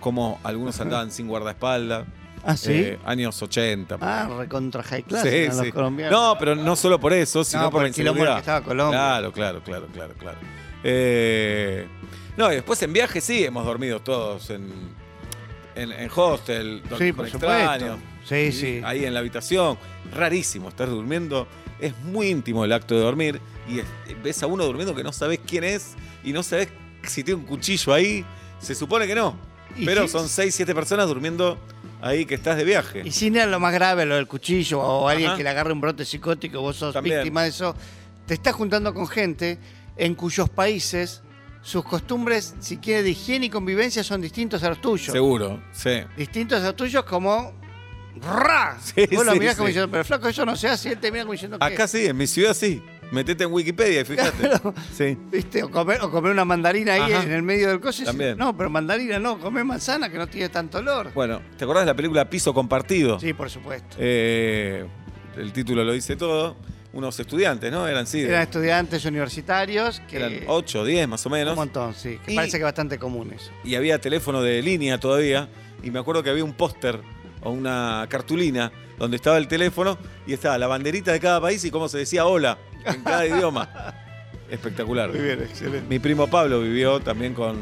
S2: cómo algunos andaban sin guardaespaldas.
S3: Ah, sí.
S2: Eh, años 80.
S3: ah, recontra high class.
S2: Sí,
S3: eran
S2: sí.
S3: los colombianos.
S2: No, pero no solo por eso, sino
S3: No,
S2: por,
S3: por
S2: la
S3: el quilombo en
S2: inseguridad.
S3: el que estaba Colombia.
S2: Claro, claro, claro, claro, claro. Eh, no, y después en viaje sí hemos dormido todos en, en, en hostel, dormí
S3: Sí,
S2: con
S3: por
S2: extraños,
S3: supuesto. Sí, sí.
S2: Ahí en la habitación. Rarísimo estar durmiendo. Es muy íntimo el acto de dormir. Y es- ves a uno durmiendo que no sabes quién es y no sabes si tiene un cuchillo ahí. Se supone que no.
S3: Y
S2: Pero
S3: sí.
S2: son 6, 7 personas durmiendo ahí que estás de viaje.
S3: Y sin era lo más grave, lo del cuchillo o alguien
S2: Ajá.
S3: que le agarre un brote psicótico, vos sos
S2: También.
S3: víctima de eso. Te estás juntando con gente en cuyos países sus costumbres, si quiere, de higiene y convivencia son distintos a los tuyos.
S2: Seguro, sí.
S3: Distintos a los tuyos como... ¡Ra!
S2: Sí,
S3: vos lo
S2: sí,
S3: mirás como
S2: sí.
S3: diciendo, pero flaco, eso no se hace. Y él te mira como diciendo, ¿qué?
S2: Acá sí, en mi ciudad sí. Metete en Wikipedia y fíjate. Sí.
S3: ¿Viste? O comer, o comer una mandarina ahí
S2: Ajá.
S3: en el medio del coche. y decir,
S2: También.
S3: No, pero mandarina no, comer manzana que no tiene tanto olor.
S2: Bueno, ¿te acordás de la película Piso Compartido?
S3: Sí, por supuesto.
S2: Eh, el título lo dice todo. Unos estudiantes, ¿no? Eran sí.
S3: Eran estudiantes universitarios que...
S2: eran 8, 10 más o menos.
S3: este, Un montón, sí. Que
S2: Y-
S3: parece que bastante común eso.
S2: y había teléfono de línea todavía. Y me acuerdo que había un póster o una cartulina donde estaba el teléfono y estaba la banderita de cada país y cómo se decía hola en cada idioma. Espectacular.
S3: bien, excelente.
S2: Mi primo Pablo vivió también con,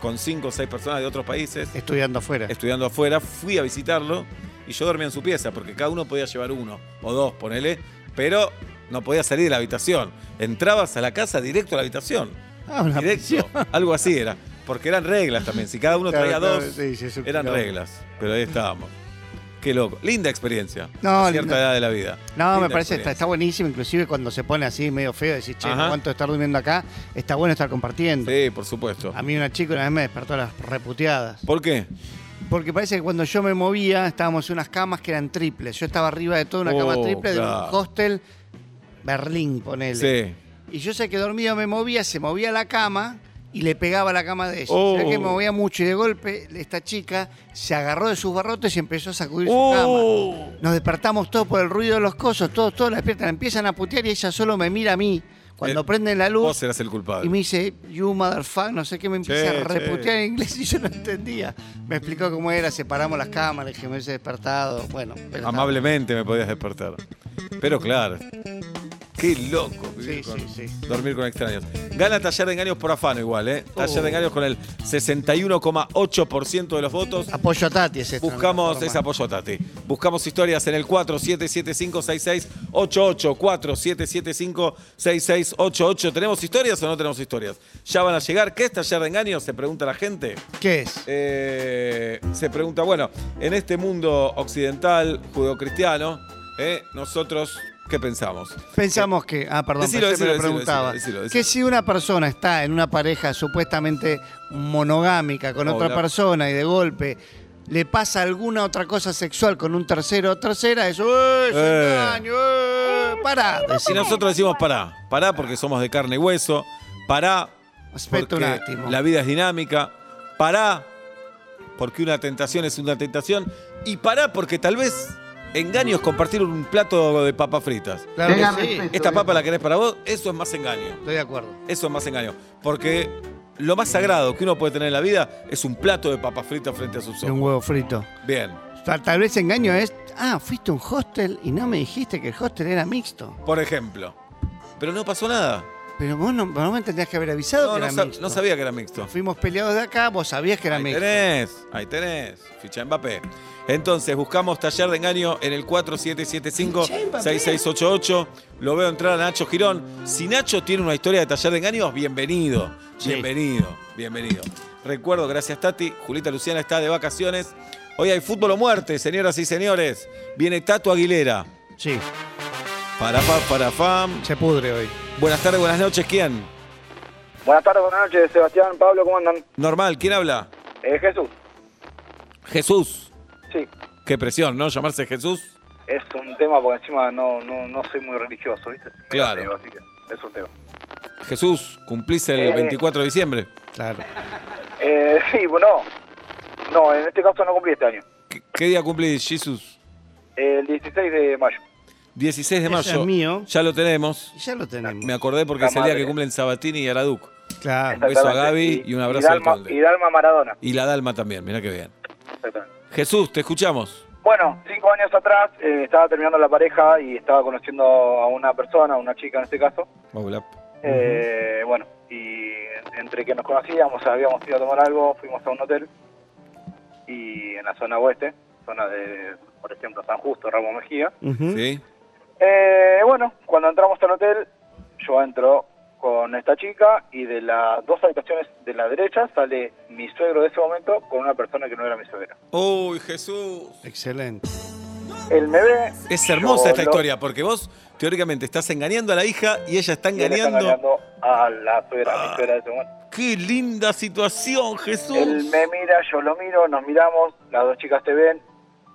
S2: con cinco o seis personas de otros países
S3: Estudiando afuera.
S2: estudiando afuera. Fui a visitarlo y yo dormía en su pieza porque cada uno podía llevar uno o dos, ponele, pero no podía salir de la habitación. Entrabas a la casa directo a la habitación
S3: Ah, una
S2: directo.
S3: prisión.
S2: Algo así era. Porque eran reglas también. Si cada uno
S3: Claro,
S2: traía
S3: claro,
S2: dos,
S3: sí, sí, es un
S2: eran
S3: quilombo.
S2: reglas. Pero ahí estábamos. Qué loco. Linda experiencia.
S3: No,
S2: a cierta
S3: linda.
S2: edad de la vida.
S3: No,
S2: Linda
S3: me parece,
S2: experiencia.
S3: está, está buenísimo, inclusive cuando se pone así medio feo, decís, che,
S2: Ajá.
S3: no aguanto de estar durmiendo acá, está bueno estar compartiendo.
S2: Sí, por supuesto.
S3: A mí una chica una vez me despertó las reputeadas.
S2: ¿Por qué?
S3: Porque parece que cuando yo me movía, estábamos en unas camas que eran triples. Yo estaba arriba de toda una cama
S2: Oh,
S3: triple de un
S2: claro.
S3: hostel Berlín, ponele.
S2: Sí.
S3: Y yo sé que dormido me movía, se movía la cama y le pegaba la cama de ella.
S2: Oh.
S3: Se ve que me movía mucho y de golpe esta chica se agarró de sus barrotes y empezó a sacudir
S2: Oh.
S3: su cama. Nos despertamos todos por el ruido de los cosos, todos, todos la despiertan, empiezan a putear y ella solo me mira a mí. Cuando
S2: Eh,
S3: prenden la luz,
S2: Vos eras el culpable.
S3: y me dice, you motherfucker, no sé qué, me empieza
S2: Che,
S3: a
S2: che.
S3: reputear en inglés y yo no entendía. Me explicó cómo era, separamos las cámaras, que me hubiese despertado. Bueno, pero
S2: Amablemente me podías despertar. Pero claro. Qué loco. vivir
S3: Sí, sí, sí.
S2: Dormir con extraños. Gana Taller de Engaños por afano igual, ¿eh? Taller
S3: Oh.
S2: de Engaños con el 61,8% de los votos.
S3: está. apoyo a Tati es esto.
S2: Buscamos
S3: no
S2: esa
S3: forma.
S2: apoyo, Tati. Buscamos historias en el 47756688. 47756688. ¿Tenemos historias o no tenemos historias? Ya van a llegar. ¿Qué es taller de engaños? Se pregunta la gente.
S3: ¿Qué es?
S2: Eh, se pregunta, bueno, en este mundo occidental, judeocristiano, eh, nosotros, ¿qué pensamos?
S3: Pensamos que. Ah, perdón,
S2: Decilo,
S3: pensé, me
S2: decilo,
S3: lo
S2: decilo,
S3: preguntaba.
S2: decilo, decilo,
S3: Que si una persona está en una pareja supuestamente monogámica con
S2: Oh,
S3: otra
S2: la-
S3: persona y de golpe le pasa alguna otra cosa sexual con un tercero o tercera, eso ¡eh! es
S2: Eh.
S3: engaño! ¡eh! ¡Pará!
S2: Y
S3: decimos.
S2: nosotros decimos pará, pará porque somos de carne y hueso, pará
S3: Aspecto
S2: porque
S3: un átimo.
S2: la vida es dinámica, pará porque una tentación es una tentación y pará porque tal vez engaño es compartir un plato de papas fritas.
S3: Claro que
S5: Déjame
S3: sí.
S5: en paz.
S2: Esta papa la querés para vos, eso es más engaño.
S3: Estoy de acuerdo.
S2: Eso es más engaño. Porque lo más sagrado que uno puede tener en la vida es un plato de papas fritas frente a sus
S3: De un
S2: ojos.
S3: huevo frito.
S2: Bien.
S3: Tal, tal vez engaño es, ah, fuiste a un hostel y no me dijiste que el hostel era mixto.
S2: Por ejemplo. Pero no pasó nada.
S3: Pero vos no, vos me tendrías que haber avisado
S2: No,
S3: que
S2: no
S3: era
S2: sab-
S3: mixto.
S2: no sabía que era mixto.
S3: Fuimos peleados de acá, vos sabías que era
S2: ahí
S3: mixto.
S2: tenés, ahí tenés. Ficha Mbappé. Entonces, buscamos taller de engaño en el 4775-6688. Lo veo entrar a Nacho Girón. Si Nacho tiene una historia de taller de engaños, bienvenido.
S3: Sí.
S2: Bienvenido, bienvenido. Recuerdo, gracias Tati, Julita Luciana está de vacaciones. Hoy hay fútbol o muerte, señoras y señores. Viene Tato Aguilera.
S3: Sí,
S2: Para pa, para fam.
S3: se pudre hoy.
S2: Buenas tardes, buenas noches. ¿Quién?
S1: Buenas tardes, buenas noches, Sebastián, Pablo, ¿cómo andan?
S2: Normal, ¿quién habla?
S1: Eh, Jesús,
S2: Jesús.
S1: sí,
S2: Qué presión, ¿no? Llamarse Jesús.
S1: es un tema porque encima no, no, no soy muy religioso, ¿viste?
S2: Claro.
S1: Digo, así que es un tema.
S2: Jesús, cumplís el
S1: Eh.
S2: 24 de diciembre.
S3: Claro.
S8: Eh, sí, bueno, no, en este caso no cumplí este año.
S2: ¿Qué, qué día cumple Jesus?
S8: El 16 de mayo.
S2: 16 de
S3: Ese
S2: mayo.
S3: es mío.
S2: Ya lo tenemos.
S3: Y ya lo tenemos.
S2: Me acordé porque
S8: La
S2: es el día
S8: madre.
S2: que cumplen Sabatini y Araduc.
S3: Claro.
S2: Un beso a Gaby
S8: Exactamente.
S2: y un abrazo al
S8: Dalma-
S2: Conde.
S8: Y Dalma Maradona.
S2: Y la Dalma también, mirá que bien.
S8: Exactamente.
S2: Jesús, te escuchamos.
S8: Bueno, cinco años atrás eh, estaba terminando la pareja y estaba conociendo a una persona, a una chica en este caso.
S2: Hola.
S8: Eh, Bueno, y entre que nos conocíamos, habíamos ido a tomar algo, fuimos a un hotel y en la zona oeste, zona de, por ejemplo, San Justo, Ramos Mejía.
S3: Ujú.
S2: ¿Sí?
S8: Eh, bueno, cuando entramos al hotel, yo entro con esta chica y de las dos habitaciones de la derecha sale mi suegro de ese momento con una persona que no era mi suegra.
S2: Uy, Jesús.
S3: Excelente.
S8: Él me ve.
S2: Es hermosa esta
S8: yo lo-
S2: historia porque vos teóricamente estás engañando a la hija y ella está
S8: y él está
S2: engañando.
S8: engañando a la suegra, a mi
S2: Ah.
S8: suegra de ese momento.
S2: Qué linda situación, Jesús.
S8: Él me mira, yo lo miro, nos miramos, las dos chicas se ven,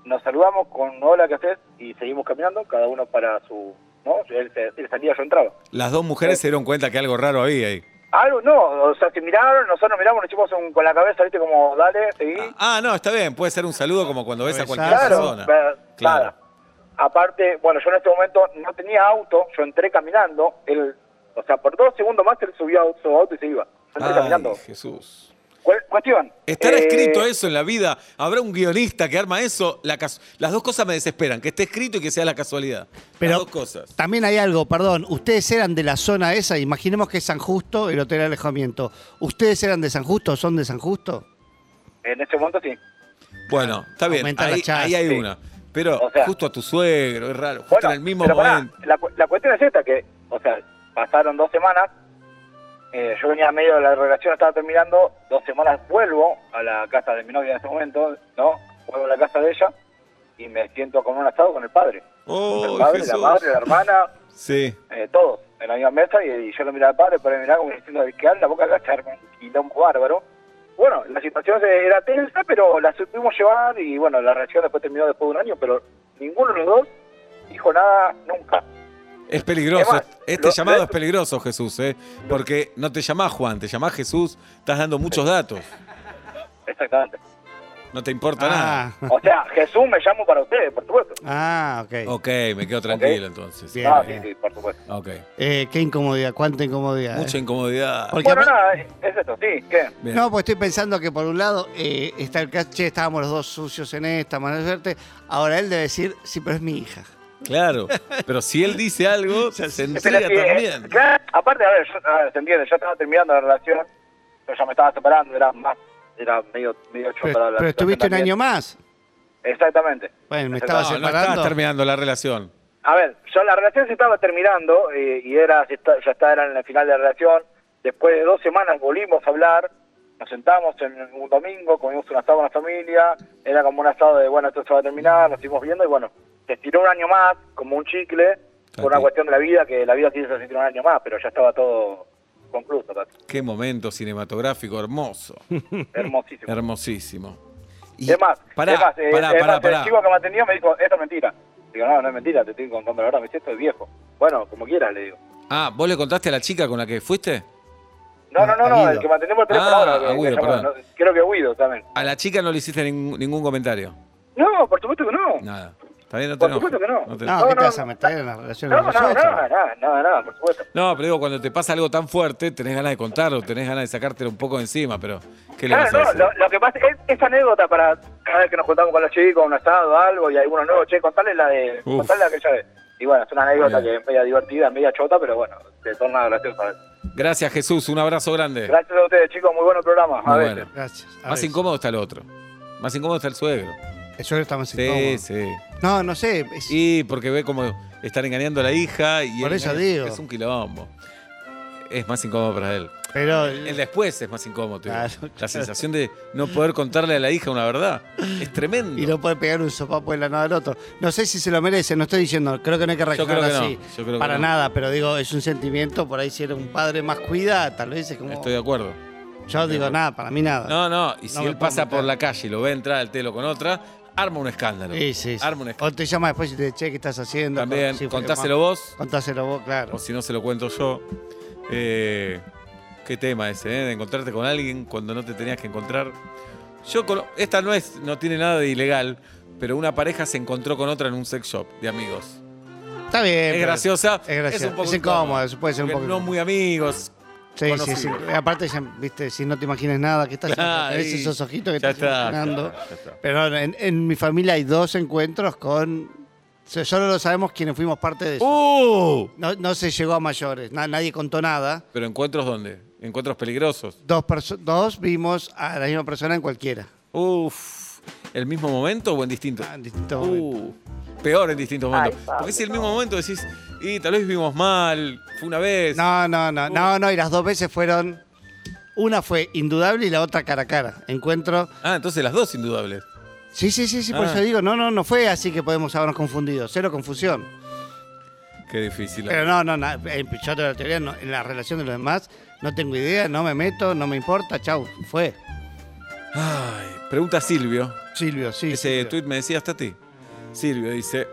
S8: nos saludamos con hola, ¿qué haces? Y seguimos caminando, cada uno para su... ¿no? Él, se- él salía, yo entraba.
S2: Las dos mujeres se dieron cuenta que algo raro había ahí.
S8: Algo, no, o sea, se miraron, nosotros nos miramos, nos hicimos un- con la cabeza, ¿viste? Como, dale, seguí.
S2: Ah, no, está bien. Puede ser un saludo como cuando ves a cualquier
S3: Claro,
S2: persona.
S8: ver-
S2: Claro.
S8: nada. Aparte, bueno, yo en este momento no tenía auto, yo entré caminando, él, o sea, por dos segundos más él subió a su auto y se iba. Yo entré
S2: Ay,
S8: caminando.
S2: Jesús.
S8: Cu- cuestión.
S2: ¿Estará
S8: eh,
S2: escrito eso en la vida? ¿Habrá un guionista que arma eso? La cas- Las dos cosas me desesperan, que esté escrito y que sea la casualidad.
S3: Pero-
S2: Las dos cosas.
S3: También hay algo, perdón. Ustedes eran de la zona esa. Imaginemos que es San Justo, el hotel de alejamiento. ¿Ustedes eran de San Justo o son de San Justo?
S8: En ese momento sí.
S2: Bueno, está bien.
S3: Aumenta la
S2: Ahí,
S3: chance.
S2: ahí hay
S8: Sí.
S2: una. Pero
S8: O sea-
S2: justo a tu suegro, es raro. Justo
S8: Bueno,
S2: en el mismo
S8: pero pará,
S2: momento.
S8: la, cu- la cuestión es esta, que, o sea, pasaron dos semanas, eh, yo venía a medio de la relación, estaba terminando, dos semanas vuelvo a la casa de mi novia en ese momento, ¿no? Vuelvo a la casa de ella y me siento como un asado con el padre.
S2: Oh,
S8: el padre,
S2: Jesús.
S8: la madre, la hermana,
S2: Sí.
S8: eh, todos en la misma mesa y, y yo lo miraba al padre, pero miraba como diciendo, que la boca acá, charme, un quilombo bárbaro. Bueno, la situación se- era tensa, pero la supimos llevar y bueno, la relación después terminó después de un año, pero ninguno de los dos dijo nada nunca.
S2: Es peligroso.
S8: Es más,
S2: este
S8: lo-
S2: llamado
S8: lo-
S2: es peligroso, Jesús, ¿eh? Porque no te llamás Juan, te llamás Jesús, estás dando muchos datos.
S8: Exactamente.
S2: No te importa nada.
S3: Ah,
S8: O sea, Jesús me llamo para ustedes, por supuesto.
S3: ah ok.
S2: Ok, me quedo tranquilo entonces.
S3: Bien.
S8: Ah, sí, sí, por supuesto.
S2: Ok.
S3: Eh, qué incomodidad, cuánta
S8: Ah.
S3: incomodidad. eh.
S2: Mucha incomodidad.
S3: Porque
S8: Bueno,
S3: apar-
S8: nada, es es eso, sí, ¿qué?
S2: Bien.
S3: No, pues estoy pensando que por un lado eh, está el caso, che, estábamos los dos sucios en esta, mala suerte. Ahora él debe decir, sí, pero es mi hija.
S2: Claro. Pero si él dice algo, se entrega
S8: Pero sí, eh,
S2: también.
S8: claro, aparte, a ver, yo, a ver, se entiende, yo estaba terminando la relación, yo ya me estaba separando, era más, era medio, medio
S3: Pero,
S8: chota la
S3: pero
S8: la
S3: estuviste un
S8: situación
S3: año más.
S8: también. Exactamente.
S3: Bueno, me
S8: Exacto.
S3: estaba
S2: Ah, No, no
S3: separando.
S2: estabas terminando la relación.
S8: A ver, yo la relación se estaba terminando eh, y era se está- ya estaba era en el final de la relación. Después de dos semanas volvimos a hablar, nos sentamos en un domingo, comimos un asado con la familia, era como un asado de, bueno, esto se va a terminar, nos seguimos viendo y bueno, se estiró un año más, como un chicle, por una
S2: Ok.
S8: cuestión de la vida, que la vida sí se estiró un año más, pero ya estaba todo concluso, Tati.
S2: Qué momento cinematográfico hermoso.
S8: hermosísimo.
S2: Hermosísimo. Y-
S8: es más,
S2: pará,
S8: es más, eh,
S2: pará,
S8: es
S2: pará,
S8: más,
S2: pará.
S8: el chico que me atendió me dijo, esto es mentira. Digo, no, no es mentira, te estoy contando la verdad, me dice, esto es viejo. Bueno, como quieras, le digo.
S2: Ah, ¿vos le contaste a la chica con la que fuiste?
S8: No, no, no, no,
S3: Guido.
S8: el que mantenemos el teléfono
S2: Ah,
S8: ahora. que-
S2: a
S8: que
S2: Guido,
S8: llamó,
S2: perdón.
S8: no, creo que Guido también.
S2: A la chica no le hiciste ningún, ningún comentario.
S8: No, por supuesto que no. No,
S2: Nada. ¿Está bien? No te
S8: Por
S2: enojes.
S8: supuesto que no.
S2: te
S3: No,
S8: No,
S3: ¿qué
S8: no,
S3: te vas a
S8: no.
S3: meter en las relaciones
S8: no,
S3: de
S8: no,
S3: nosotros?
S8: nada, nada, nada, nada, por supuesto.
S3: Ah.
S2: No, pero digo, cuando te pasa algo tan fuerte, tenés ganas de contarlo, tenés ganas de sacártelo un poco de encima, pero ¿qué le
S8: Claro,
S2: vas a
S8: no,
S2: decir?
S8: lo, lo que pasa es esa anécdota para cada vez que nos juntamos con los chicos, un asado o algo, y algunos nuevos, che, contale la de,
S2: Uf.
S8: contale la que ya ves. Y bueno, es una anécdota
S2: Bien.
S8: que es media divertida, media chota, pero bueno, se torna graciosa.
S2: Gracias, Jesús, un abrazo grande.
S8: Gracias a ustedes, chicos, muy bueno el programa.
S2: Muy
S8: a veces.
S2: bueno.
S3: Gracias. A
S2: Más
S3: ver,
S2: incómodo está el otro. Más incómodo está el suegro.
S3: Eso está más
S2: Sí,
S3: incómodo.
S2: sí.
S3: No, no sé. es-
S2: Y porque ve cómo están engañando a la hija y
S3: Por
S2: él
S3: eso
S2: engaña-
S3: digo.
S2: es un quilombo. Es más incómodo para él.
S3: pero
S2: El después es más incómodo. te digo.
S3: Claro,
S2: La
S3: claro.
S2: sensación de no poder contarle a la hija una verdad es tremendo.
S3: Y no puede pegar un sopapo en la nada al otro. No sé si se lo merece, no estoy diciendo, creo que no hay que reaccionar
S2: creo que no,
S3: así.
S2: yo creo que
S3: para
S2: no.
S3: nada, pero digo, es un sentimiento, por ahí si era un padre más cuida, tal vez es como.
S2: Estoy de acuerdo.
S3: yo digo nada, para mí nada.
S2: No, no, y si
S3: No me
S2: él
S3: puedo
S2: pasa
S3: meter.
S2: por la calle y lo ve entrar al telo con otra, arma un escándalo.
S3: Sí, sí, sí.
S2: Arma un escándalo.
S3: O te llama después y te dice, che, ¿qué estás haciendo?
S2: También,
S3: Sí, porque
S2: contáselo vos,
S3: más- Contáselo vos, claro.
S2: o si no se lo cuento yo. Eh, Qué tema ese, ¿eh? De encontrarte con alguien cuando no te tenías que encontrar. Yo cono- Esta no es, no tiene nada de ilegal, pero una pareja se encontró con otra en un sex shop de amigos.
S3: Está bien.
S2: Es
S3: pero-
S2: graciosa.
S3: Es gracioso.
S2: un poco
S3: Es incómodo, eso puede ser un
S2: porque
S3: poco
S2: No
S3: incómodo.
S2: muy amigos.
S3: Sí, sí, sí.
S2: conocido.
S3: Aparte, ya, viste, si no te imaginas nada, que estás
S2: Claro,
S3: tenés
S2: ahí.
S3: esos ojitos que
S2: Ya
S3: estás
S2: está,
S3: imaginando.
S2: ya está, ya está.
S3: Pero en, en mi familia hay dos encuentros con. so- Solo lo sabemos quienes fuimos parte de eso.
S2: ¡Uh!
S3: No, no se llegó a mayores, na- nadie contó nada.
S2: Pero encuentros dónde? Encuentros peligrosos.
S3: Dos, perso- dos vimos a la misma persona en cualquiera.
S2: Uf. ¿El mismo momento o en distinto?
S3: Ah, En distintos momentos.
S2: Uh, peor en distintos
S6: Ay,
S2: momentos.
S6: Pablo,
S2: Porque si el
S6: no.
S2: mismo momento decís, y tal vez vimos mal, fue una vez.
S3: No, no, no, no, no, y las dos veces fueron. Una fue indudable y la otra cara a cara. Encuentro.
S2: Ah, entonces las dos indudables.
S3: Sí, sí, sí, sí, por
S2: Ah.
S3: eso digo, no, no, no fue así que podemos habernos confundido. Cero confusión.
S2: Qué difícil.
S3: Pero no, no, na- eh, yo tengo la teoría, no, en la relación de los demás, no tengo idea, no me meto, no me importa, chau, fue.
S2: Ay, pregunta Silvio.
S3: Silvio, sí.
S2: Ese
S3: Silvio.
S2: tuit me decías, Tati. Silvio dice,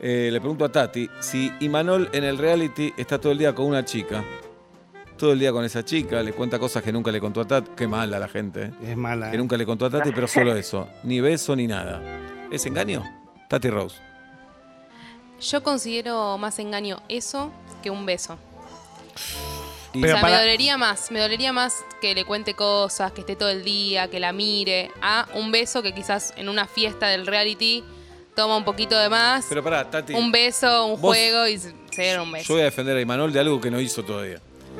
S2: eh, le pregunto a Tati, si Imanol en el reality está todo el día con una chica, todo el día con esa chica, le cuenta cosas que nunca le contó a Tati. Qué mala la gente, ¿eh?
S3: Es mala.
S2: Que
S3: eh.
S2: nunca le contó a Tati, pero solo eso. Ni beso ni nada. ¿Es engaño? Tati Rose.
S4: Yo considero más engaño eso que un beso.
S2: Y-
S3: Pero
S4: o sea,
S3: para-
S4: me dolería más, me dolería más que le cuente cosas, que esté todo el día, que la mire, a un beso que quizás en una fiesta del reality toma un poquito de más,
S2: pero pará, Tati.
S4: un beso, un
S2: Vos-
S4: juego y se se dieron un
S2: Yo
S4: beso.
S2: voy a defender a Imanol de algo que no hizo todavía.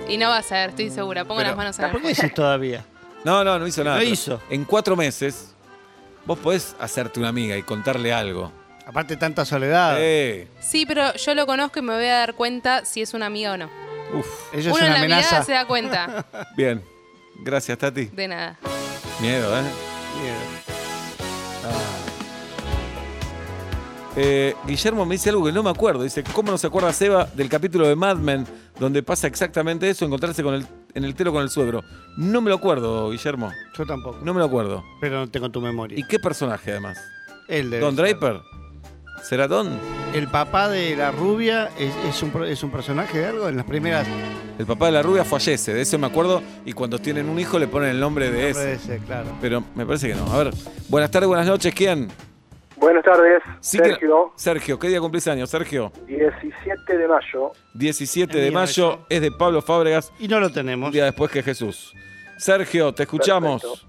S4: Y no va a ser, estoy segura, pongo
S2: Pero-
S4: las manos en el
S3: ¿Por qué decís todavía?
S2: No, no, no hizo nada.
S3: No
S2: pero
S3: hizo.
S2: En cuatro meses, vos podés hacerte una amiga y contarle algo.
S3: Aparte tanta soledad.
S2: Eh,
S4: Sí, pero yo lo conozco y me voy a dar cuenta si es una amiga o no.
S2: uf,
S3: Eso es
S4: Uno en
S3: una
S4: la
S3: amenaza.
S4: mirada se da cuenta.
S2: bien. Gracias, Tati.
S4: De nada.
S2: Miedo, ¿eh?
S3: Miedo.
S2: Eh, Guillermo me dice algo que no me acuerdo. Dice, ¿cómo no se acuerda Seba del capítulo de Mad Men donde pasa exactamente eso, encontrarse con el, en el telo con el suegro? No me lo acuerdo, Guillermo.
S3: Yo tampoco.
S2: No me lo acuerdo.
S3: Pero no tengo tu memoria.
S2: ¿Y qué personaje además?
S3: Él debe
S2: ¿Don
S3: ser.
S2: Draper? ¿Será Don?
S3: El papá de la rubia es, es un, pro- es un personaje de algo en las primeras.
S2: El papá de la rubia fallece, de eso me acuerdo, y cuando tienen un hijo le ponen el nombre de
S3: Puede
S2: ese.
S3: ser, eh, claro.
S2: Pero me parece que no. A ver, buenas tardes, buenas noches, ¿quién?
S8: Buenas tardes,
S2: Sí que-
S8: Sergio.
S2: Sergio, ¿qué día cumplís años, Sergio?
S8: 17 de mayo.
S2: 17
S3: Es
S2: de
S3: mío
S2: mayo,
S3: eso.
S2: es de Pablo Fábregas,
S3: Y no lo tenemos.
S2: un día después que Jesús. Sergio, te escuchamos.
S8: Perfecto.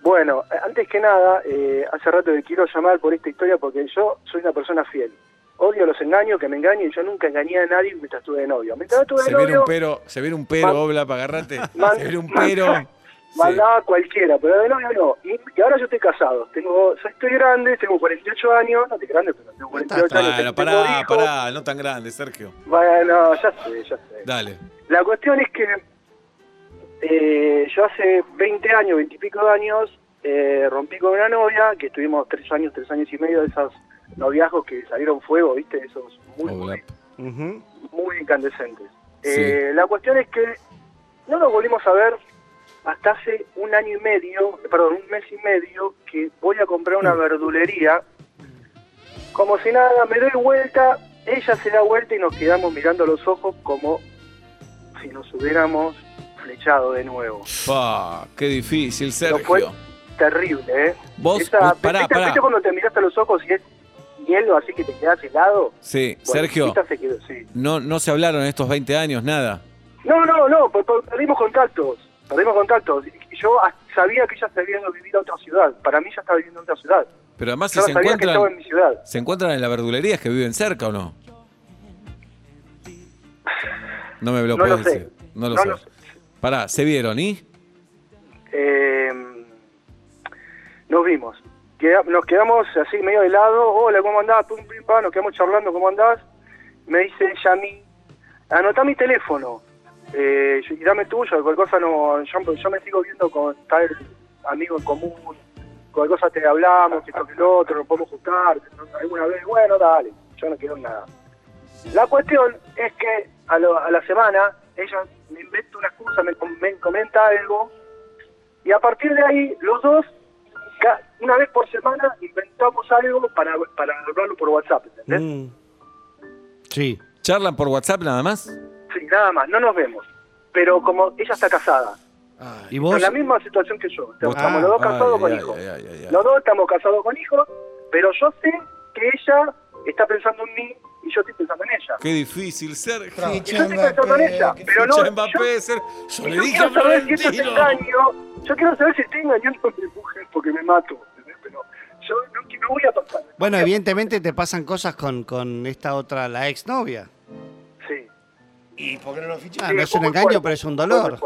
S8: Bueno, eh, antes que nada, eh, hace rato que quiero llamar por esta historia porque yo soy una persona fiel. Odio los engaños, que me engañen. Yo nunca engañé a nadie mientras estuve de novio. Mientras estuve de
S2: Se viene
S8: novio,
S2: un pero, se viene un pero,
S8: Man-
S2: Obla, agarrate.
S8: man-
S2: Se viene un pero. Sí.
S8: mandaba a cualquiera, pero de novio no. Y, y ahora yo estoy casado. Tengo, soy- estoy grande, tengo 48 años. No estoy grande, pero tengo 48 años.
S2: Bueno,
S8: tengo
S2: pará,
S8: hijos.
S2: pará, no tan grande, Sergio.
S8: Bueno, ya sé, ya sé.
S2: Dale.
S8: La cuestión es que eh, yo hace 20 años, 20 y pico de años, eh, rompí con una novia, que estuvimos tres años, tres años y medio de esos noviazgos que salieron fuego, ¿viste? Esos muy,
S2: Obla.
S8: muy,
S3: Ujú.
S8: muy incandescentes.
S2: Sí.
S8: Eh, la cuestión es que no nos volvimos a ver hasta hace un año y medio, perdón, un mes y medio, que voy a comprar
S2: Mm.
S8: una verdulería. Como si nada, me doy vuelta, ella se da vuelta y nos quedamos mirando a los ojos como si nos hubiéramos flechado de nuevo.
S2: Pa, qué difícil,
S8: No fue
S2: Sergio.
S8: terrible, ¿eh?
S2: Vos,
S8: Esa-
S2: vos- pará,
S8: ¿viste-
S2: pará.
S8: viste cuando te miraste a los ojos y es hielo así que te quedas helado?
S2: Sí,
S8: Bueno,
S2: Sergio.
S8: esta se quedó, sí.
S2: No, no se hablaron en estos 20 años, nada.
S8: No, no, no, per- per- perdimos contactos, perdimos contactos. Yo a- sabía que ella estaba viviendo vivir a otra ciudad, para mí ya estaba viviendo en otra ciudad.
S2: Pero además si
S8: Yo
S2: se
S8: no sabía que
S2: encuentran,
S8: estaba en mi ciudad.
S2: se encuentran en las verdulerías que viven cerca o no. No me lo
S8: No
S2: puedes
S8: lo sé.
S2: decir. No lo
S8: No
S2: sé.
S8: lo sé.
S2: Pará, se vieron, ¿y?
S8: Eh, nos vimos, Queda- nos quedamos así medio de lado, hola, ¿cómo andás? Pum, pim, pam, nos quedamos charlando, ¿cómo andás? Me dice ella a mí, anotá mi teléfono, eh, y dame tuyo, cualquier cosa no, yo, yo me sigo viendo con tal amigo en común, cualquier cosa te hablamos, esto que el otro, nos podemos juntar, alguna vez, bueno, dale, yo no quiero nada. La cuestión es que a, lo- a la semana ella me inventa una excusa, me, com- me comenta algo, y a partir de ahí, los dos, ca- una vez por semana, inventamos algo para, para hablarlo por WhatsApp, ¿entendés?
S3: Mm. Sí.
S2: ¿Charlan por WhatsApp nada más?
S8: Sí, nada más, no nos vemos.
S2: Mm.
S8: pero como ella está casada,
S2: Ay,
S3: ¿Y vos?
S8: en la misma situación que yo.
S2: vos
S8: Estamos
S2: también.
S8: los dos
S2: Ah, Ay,
S8: casados con
S2: ay,
S8: hijos.
S2: ay, ay, ay.
S8: Los dos estamos casados con hijos, pero yo sé que ella está pensando en mí y yo estoy pensando en ella.
S2: Qué difícil ser.
S8: Y yo estoy pensando en ella, pero no.
S2: Ficha
S8: yo-
S2: Mbappé, ser. Yo le
S8: yo
S2: dije a
S8: quiero saber si esto es
S2: Florentino.
S8: engaño. Yo quiero saber si estoy engañando a mi mujer porque me mato. ¿entendés? Pero yo no, no voy a pasar.
S3: Bueno, evidentemente te pasan cosas con, con esta otra, la exnovia.
S8: Sí.
S2: ah,
S9: ¿Y por qué no lo
S3: Ah,
S9: fichaste?
S3: no es un engaño, pero es un dolor.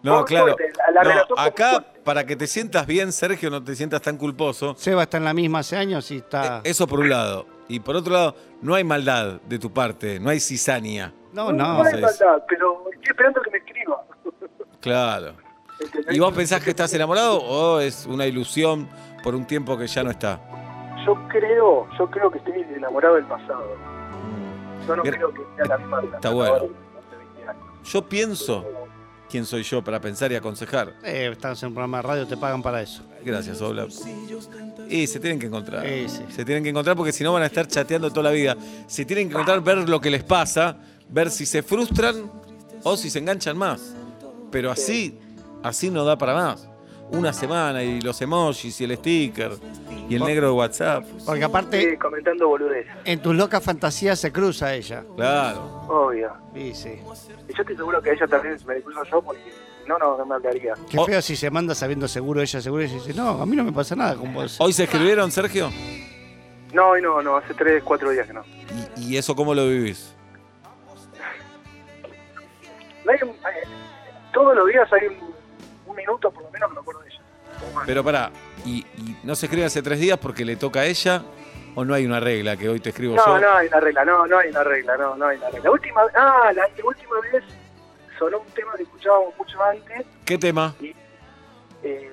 S2: No, claro.
S8: La- la
S2: No,
S8: relación fue muy
S2: acá,
S8: fuerte.
S2: para que te sientas bien, Sergio, no te sientas tan culposo.
S3: Seba está en la misma hace años y está...
S2: E Eso por un lado. Y por otro lado, no hay maldad de tu parte, no hay cizaña.
S3: No,
S8: No
S3: no.
S8: hay
S2: sí.
S8: maldad, pero estoy esperando que me escriba.
S2: Claro.
S8: ¿entendés?
S2: ¿Y vos pensás que estás enamorado o es una ilusión por un tiempo que ya no está?
S8: Yo creo, yo creo que estoy enamorado del pasado. Yo no
S2: Mira,
S8: creo que sea la misma
S2: Mm. está
S8: relación
S2: bueno.
S8: ahora que hace 20 años.
S2: Yo pienso quién soy yo para pensar y aconsejar.
S3: Eh, estás en un programa de radio, te pagan para eso.
S2: Gracias, Ola. Y se tienen que encontrar.
S3: Sí, sí.
S2: Se tienen que encontrar porque si no van a estar chateando toda la vida. Se tienen que encontrar, ver lo que les pasa, ver si se frustran o si se enganchan más. Pero así, así no da para más. Una semana y los emojis y el sticker y el negro de WhatsApp.
S3: Porque
S8: Sí,
S3: aparte,
S8: comentando boludez,
S3: en tus locas fantasías se cruza ella.
S2: Claro.
S8: obvio.
S3: Sí, sí.
S8: Y yo estoy seguro que ella también me cruzo yo porque no, no, no me hablaría.
S3: Qué
S2: Oh.
S3: feo si se manda sabiendo seguro ella, seguro ella. y Dice, no, a mí no me pasa nada con vos.
S2: ¿Hoy se escribieron, Sergio?
S8: No, y no, no, hace 3, 4 días que no.
S2: ¿Y, y eso cómo lo vivís?
S8: No hay un- eh, todos los días hay un, un minuto por lo menos que me acuerdo de ella. O más.
S2: Pero pará, ¿y, y no se escribe hace tres días porque le toca a ella? ¿O no hay una regla que hoy te escribo
S8: No,
S2: yo?
S8: no hay una regla, no, no hay una regla, no, no hay una regla. La última, ah, la última vez sonó un tema que escuchábamos mucho antes,
S2: ¿Qué tema?
S8: eh,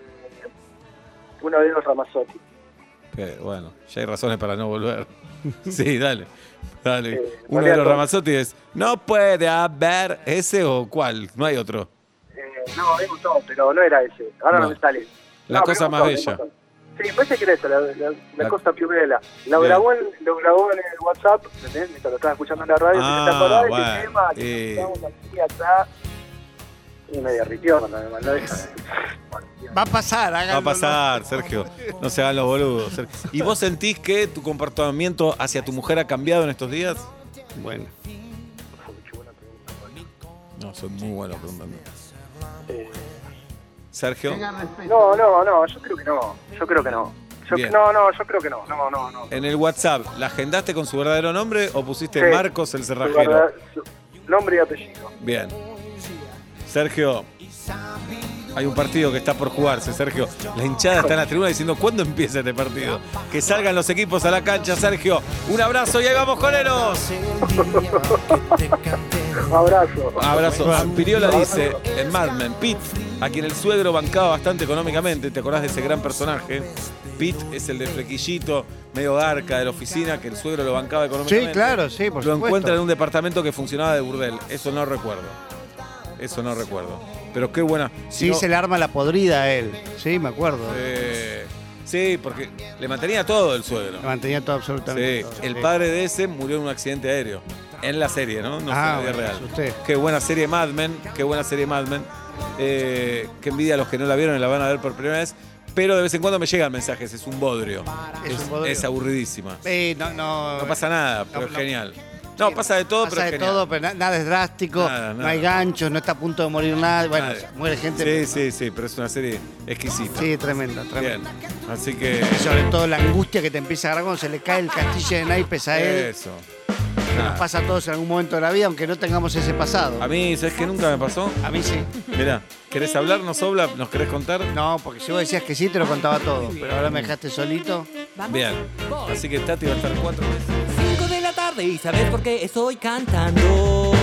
S8: uno de los Ramazzotti.
S2: Pero bueno, ya hay razones para no volver. Sí, dale. Dale.
S8: Eh,
S2: Uno de los
S8: Mariano.
S2: Ramazzotti es, no puede haber ese o cuál, no hay otro.
S8: Eh, no, hay un montón, pero no era ese. Ahora no,
S2: No.
S8: me sale.
S2: La
S8: No,
S2: cosa
S8: pero
S2: más
S8: hay un
S2: bella.
S8: montón. Sí, parece que era esa, la, la, la
S2: La-
S8: cosa primera. Lo
S2: Bien.
S8: grabó, en, lo grabó en el WhatsApp, ¿entendés? Mientras lo estaba escuchando en la radio.
S2: Ah,
S8: ¿Te acordás de
S2: bueno,
S8: ese tema? Que
S2: eh.
S8: estábamos aquí, acá. Y me derritió cuando me mandó eso. Bueno, tío.
S3: Va a pasar, háganlo.
S2: Va a pasar, Sergio. No se hagan los boludos. Sergio. ¿Y vos sentís que tu comportamiento hacia tu mujer ha cambiado en estos días?
S3: Bueno,
S2: No, soy muy bueno preguntando.
S8: Eh,
S2: Sergio,
S8: No, no, no, yo creo que no. Yo creo que no. Yo,
S2: Bien.
S8: no, no, yo creo que no. No, no, no.
S2: en el WhatsApp, ¿la agendaste con su verdadero nombre o pusiste
S8: Sí.
S2: Marcos el
S8: Su
S2: cerrajero?
S8: verdad- su nombre y apellido.
S2: Bien. Sergio, hay un partido que está por jugarse, Sergio. La hinchada está en la tribuna diciendo cuándo empieza este partido. Que salgan los equipos a la cancha, Sergio. Un abrazo y ahí vamos, coleros.
S8: Abrazo.
S2: Abrazo. Piriola dice en Mad Men, Pete, a quien el suegro bancaba bastante económicamente, ¿te acordás de ese gran personaje? Pete es el de flequillito, medio garca de la oficina, que el suegro lo bancaba económicamente.
S3: Sí, claro, sí, por
S2: Lo
S3: supuesto.
S2: encuentra en un departamento que funcionaba de burdel. Eso no recuerdo. Eso no recuerdo. Pero qué buena. Si
S3: Sí,
S2: no-
S3: se le arma la podrida a él. Sí, me acuerdo.
S2: Eh, sí, porque le mantenía todo el suegro.
S3: Lo mantenía todo
S2: Sí,
S3: absolutamente. todo,
S2: el
S3: Ah, sí.
S2: padre de ese murió en un accidente aéreo. En la serie, ¿no? No fue en
S3: Ah,
S2: la vida
S3: bueno,
S2: real.
S3: es usted.
S2: Qué buena serie Mad Men, qué buena serie Mad Men. Eh, qué envidia a los que no la vieron y la van a ver por primera vez. Pero de vez en cuando me llegan mensajes, es un bodrio.
S3: Es un bodrio.
S2: es aburridísima.
S3: Eh, no, no,
S2: No pasa nada, pero
S3: no,
S2: es
S3: no.
S2: genial. No, pasa de todo,
S3: Pasa
S2: pero es
S3: de
S2: genial.
S3: todo, pero na- nada es drástico,
S2: Nada,
S3: no
S2: nada.
S3: hay ganchos, no está a punto de morir nadie. Bueno,
S2: Nada.
S3: muere
S2: Sí,
S3: gente.
S2: sí, sí, pero es una serie exquisita.
S3: Sí, tremenda, tremenda.
S2: Bien. Así que.
S3: Y Sobre todo la angustia que te empieza a agarrar cuando se le cae el castillo de naipes a él.
S2: Eso.
S3: Nos pasa a todos en algún momento de la vida, aunque no tengamos ese pasado.
S2: A mí, ¿sabes qué nunca me pasó?
S3: A mí sí.
S2: Mirá, ¿querés hablarnos, Obla? ¿Nos querés contar?
S3: No, porque si vos decías que sí, te lo contaba todo. Pero ahora me dejaste solito.
S2: Bien. Así que Tati va a estar cuatro veces.
S10: 5 de la tarde y saber por qué estoy cantando.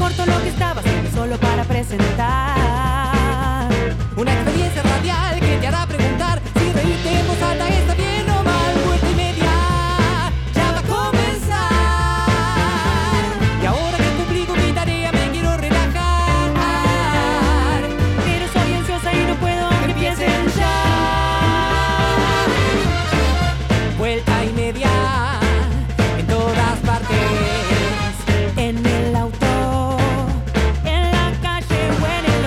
S10: Corto lo que estaba haciendo solo para presentar una experiencia radial que te hará preguntar si reírte en voz alta está bien o mal. Vuelta y media ya va a comenzar. Y ahora que publico mi tarea me quiero relajar. Pero soy ansiosa y no puedo que empiecen ya vuelta y media en todas partes en el auto en la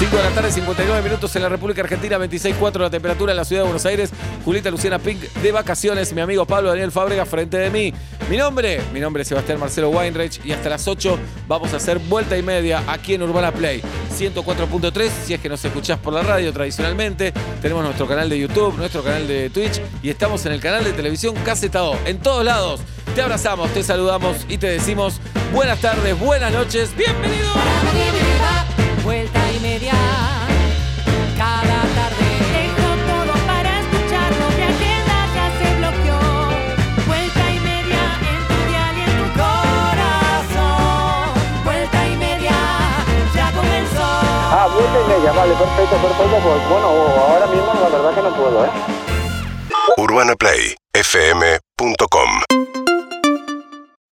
S2: 5 de la tarde, 59 minutos en la República Argentina, 26.4 la temperatura en la ciudad de Buenos Aires. Julieta Luciana Pink de vacaciones. Mi amigo Pablo Daniel Fábrega frente de mí. Mi nombre, mi nombre es Sebastián Marcelo Weinreich y hasta las 8 vamos a hacer vuelta y media aquí en Urbana Play. 104.3, si es que nos escuchás por la radio tradicionalmente. Tenemos nuestro canal de YouTube, nuestro canal de Twitch y estamos en el canal de televisión Casetao. En todos lados. Te abrazamos, te saludamos y te decimos buenas tardes, buenas noches, bienvenidos.
S10: Vuelta y media, cada tarde. Dejo todo para escucharlo, mi agenda ya se bloqueó. Vuelta y media en tu dial y en tu corazón. Vuelta y media, ya comenzó.
S5: Ah, vuelta y media, vale, perfecto, perfecto. Pues bueno, ahora mismo la verdad que no puedo, ¿eh?
S9: UrbanaPlayFM.com